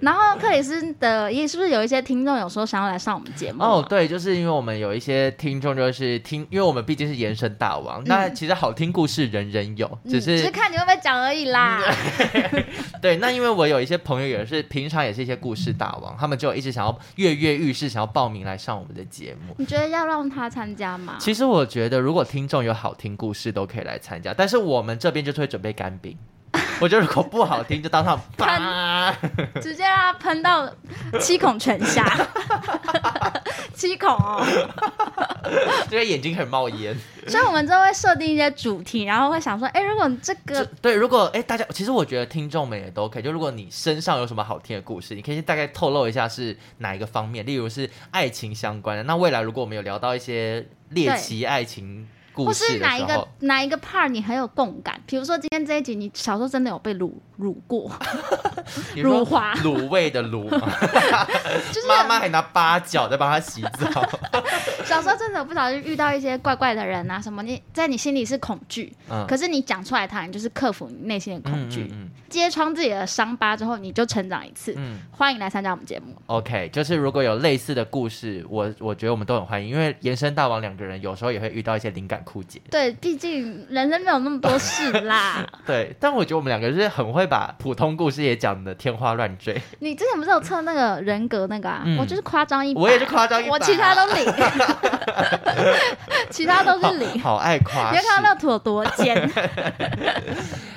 Speaker 3: 然后克里斯的，也是不是有一些听众有时候想要来上我们节目？
Speaker 2: 哦，，对，就是因为我们有一些听众就是听，因为我们毕竟是延伸大王，
Speaker 3: 嗯
Speaker 2: 那其实好听故事人人有，只
Speaker 3: 只
Speaker 2: 是嗯
Speaker 3: 是看你会不会讲而已啦。
Speaker 2: 对，那因为我有一些朋友也是平常也是一些故事大王，他们就一直想要跃跃欲试，想要报名来上我们的节目。
Speaker 3: 你觉得要让他参加吗？
Speaker 2: 其实我觉得，如果听众有好听故事，都可以来参加。但是我们这边就是会准备干冰，我觉得如果不好听，就当
Speaker 3: <laughs>
Speaker 2: 场啪。
Speaker 3: 直接让他喷到七孔全下，
Speaker 2: <laughs>
Speaker 3: 七孔哦。
Speaker 2: 这个眼睛很冒烟。
Speaker 3: 所以我们就会设定一些主题，然后会想说，哎、如果 <laughs> 这
Speaker 2: 就
Speaker 3: 个
Speaker 2: 对，如果哎大家，其实我觉得听众们也都可以。就如果你身上有什么好听的故事，你可以大概透露一下是哪一个方面，例如是爱情相关的。那未来如果我们有聊到一些猎奇爱情故
Speaker 3: 或
Speaker 2: 事
Speaker 3: 是
Speaker 2: 的
Speaker 3: 哪一
Speaker 2: 时
Speaker 3: 个
Speaker 2: 候，
Speaker 3: 哪一个 part 你很有共感，比如说今天这一集你小时候真的有被辱辱
Speaker 2: <laughs>
Speaker 3: 过，
Speaker 2: 你说
Speaker 3: 乳滑
Speaker 2: 卤味的卤吗，
Speaker 3: 就是
Speaker 2: 妈妈还拿八角在帮他洗澡。
Speaker 3: <laughs> 小时候真的不小心遇到一些怪怪的人啊什么，你在你心里是恐惧，
Speaker 2: 嗯
Speaker 3: 可是你讲出来它，你就是克服你内心的恐惧，
Speaker 2: 嗯嗯
Speaker 3: 揭穿自己的伤疤之后，你就成长一次。
Speaker 2: 嗯嗯
Speaker 3: 欢迎来参加我们节目，
Speaker 2: OK，就是如果有类似的故事，我我觉得我们都很欢迎，因为延伸大王两个人有时候也会遇到一些灵感枯竭。
Speaker 3: 对，毕竟人生没有那么多事
Speaker 2: <laughs>
Speaker 3: 啦。
Speaker 2: 对，但我觉得我们两个是很会把普通故事也讲的天花乱坠。
Speaker 3: 你之前不是有测那个人格那个啊？
Speaker 2: 嗯
Speaker 3: 我就是夸 <laughs> 张一百，
Speaker 2: 我也是夸张一百啊
Speaker 3: 我其他都零， <laughs> 其他都是零。你
Speaker 2: 好爱夸
Speaker 3: 会
Speaker 2: 饰。
Speaker 3: 看到那土有多尖。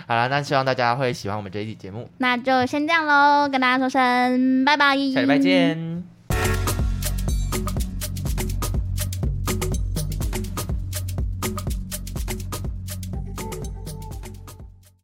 Speaker 2: 好了，那希望大家会喜欢我们这一期节目，
Speaker 3: 那就先这样喽，跟大家说声拜拜，
Speaker 2: 下礼拜见。